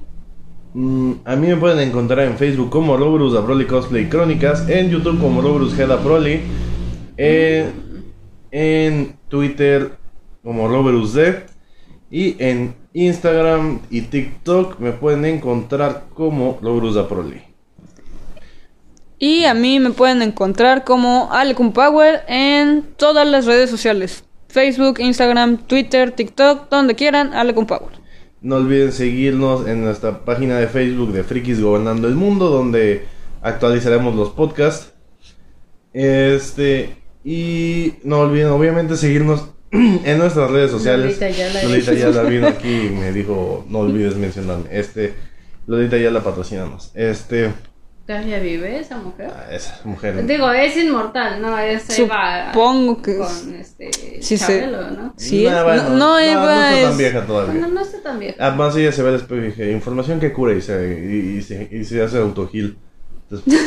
B: Mm, a mí me pueden encontrar en Facebook como Robrus Aproli Cosplay Crónicas, en YouTube como Robrus Head Aproli, eh, en Twitter como Robrus D y en Instagram y TikTok me pueden encontrar como Robrus Aproli.
A: Y a mí me pueden encontrar como Alecum Power en todas las redes sociales. Facebook, Instagram, Twitter, TikTok, donde quieran, Alecum Power.
B: No olviden seguirnos en nuestra página de Facebook de Frikis Gobernando el Mundo, donde actualizaremos los podcasts. Este, y no olviden, obviamente, seguirnos en nuestras redes sociales.
C: Lolita Ayala.
B: Lolita ya la vino aquí y me dijo: No olvides mencionarme. Este, Lolita ya la patrocinamos. Este,
C: ¿Todavía vive esa mujer?
B: ah, esa mujer.
C: Digo, es inmortal, ¿no? Es Eva
A: Supongo que es-
C: con este
A: Sí, sé.
C: Chabelo, ¿no?
A: Sí,
B: Nah,
A: es-
B: bueno,
A: no,
B: no,
A: no, Eva
B: no está tan
A: es-
B: vieja todavía.
C: Bueno, no está tan vieja.
B: Además, ella Ah, se ve al espejo y dije: Información que cura y se, y, y se, y se hace autogil. Entonces,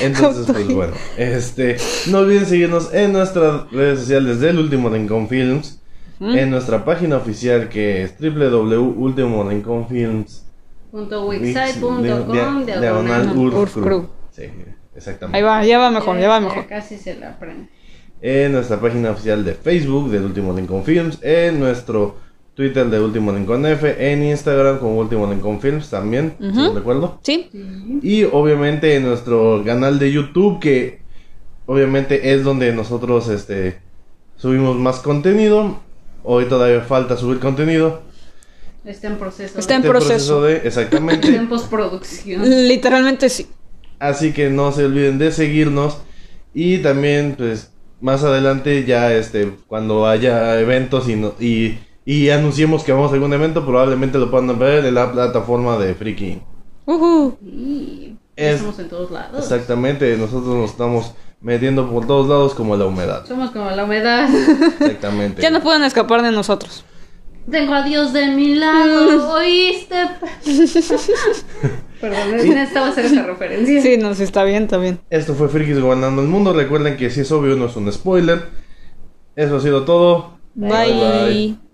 B: entonces, pues bueno, este, no olviden seguirnos en nuestras redes sociales del Último Rincón Films, en nuestra página oficial que es www.ultimorinconfilms.com
C: Punto wixsite.com
B: diagonal
C: diagonal.
A: Urf
B: Urf
A: Crew.
B: Crew. Sí,
A: Ahí
B: exactamente.
A: va, ya va mejor, ya va
C: Ya- ya
A: mejor.
C: Casi se la aprende.
B: En nuestra página oficial de Facebook del Último Rincón Films, en nuestro Twitter de Último Rincón F, en Instagram como Último Rincón Films también, si
A: Ujú.
B: no recuerdo.
A: ¿Sí?
B: Y obviamente en nuestro canal de YouTube, que obviamente es donde nosotros este, subimos más contenido. Hoy todavía falta subir contenido.
C: Está en proceso.
A: Está en-
B: Este
A: proceso.
B: de,
C: Está en
B: exactamente.
C: postproducción.
A: Literalmente sí.
B: Así que no se olviden de seguirnos. Y también, pues, más adelante ya, este, cuando haya eventos y, no- y, y anunciemos que vamos a algún evento, probablemente lo puedan ver en la plataforma de Freaky.
A: Ujú.
C: Y ya
B: Es-
C: estamos en todos lados.
B: Exactamente, nosotros nos estamos metiendo por todos lados como la humedad.
C: Somos como la humedad.
B: Exactamente.
A: Ya no pueden escapar de nosotros.
C: Tengo a Dios de mi lado. ¿Oíste? Perdón, necesitaba hacer esa referencia.
A: Sí, nos está bien también.
B: Esto fue Frikis Gobernando el Mundo. Recuerden que si es obvio, no es un spoiler. Eso ha sido todo.
A: Bye.
B: Bye, bye.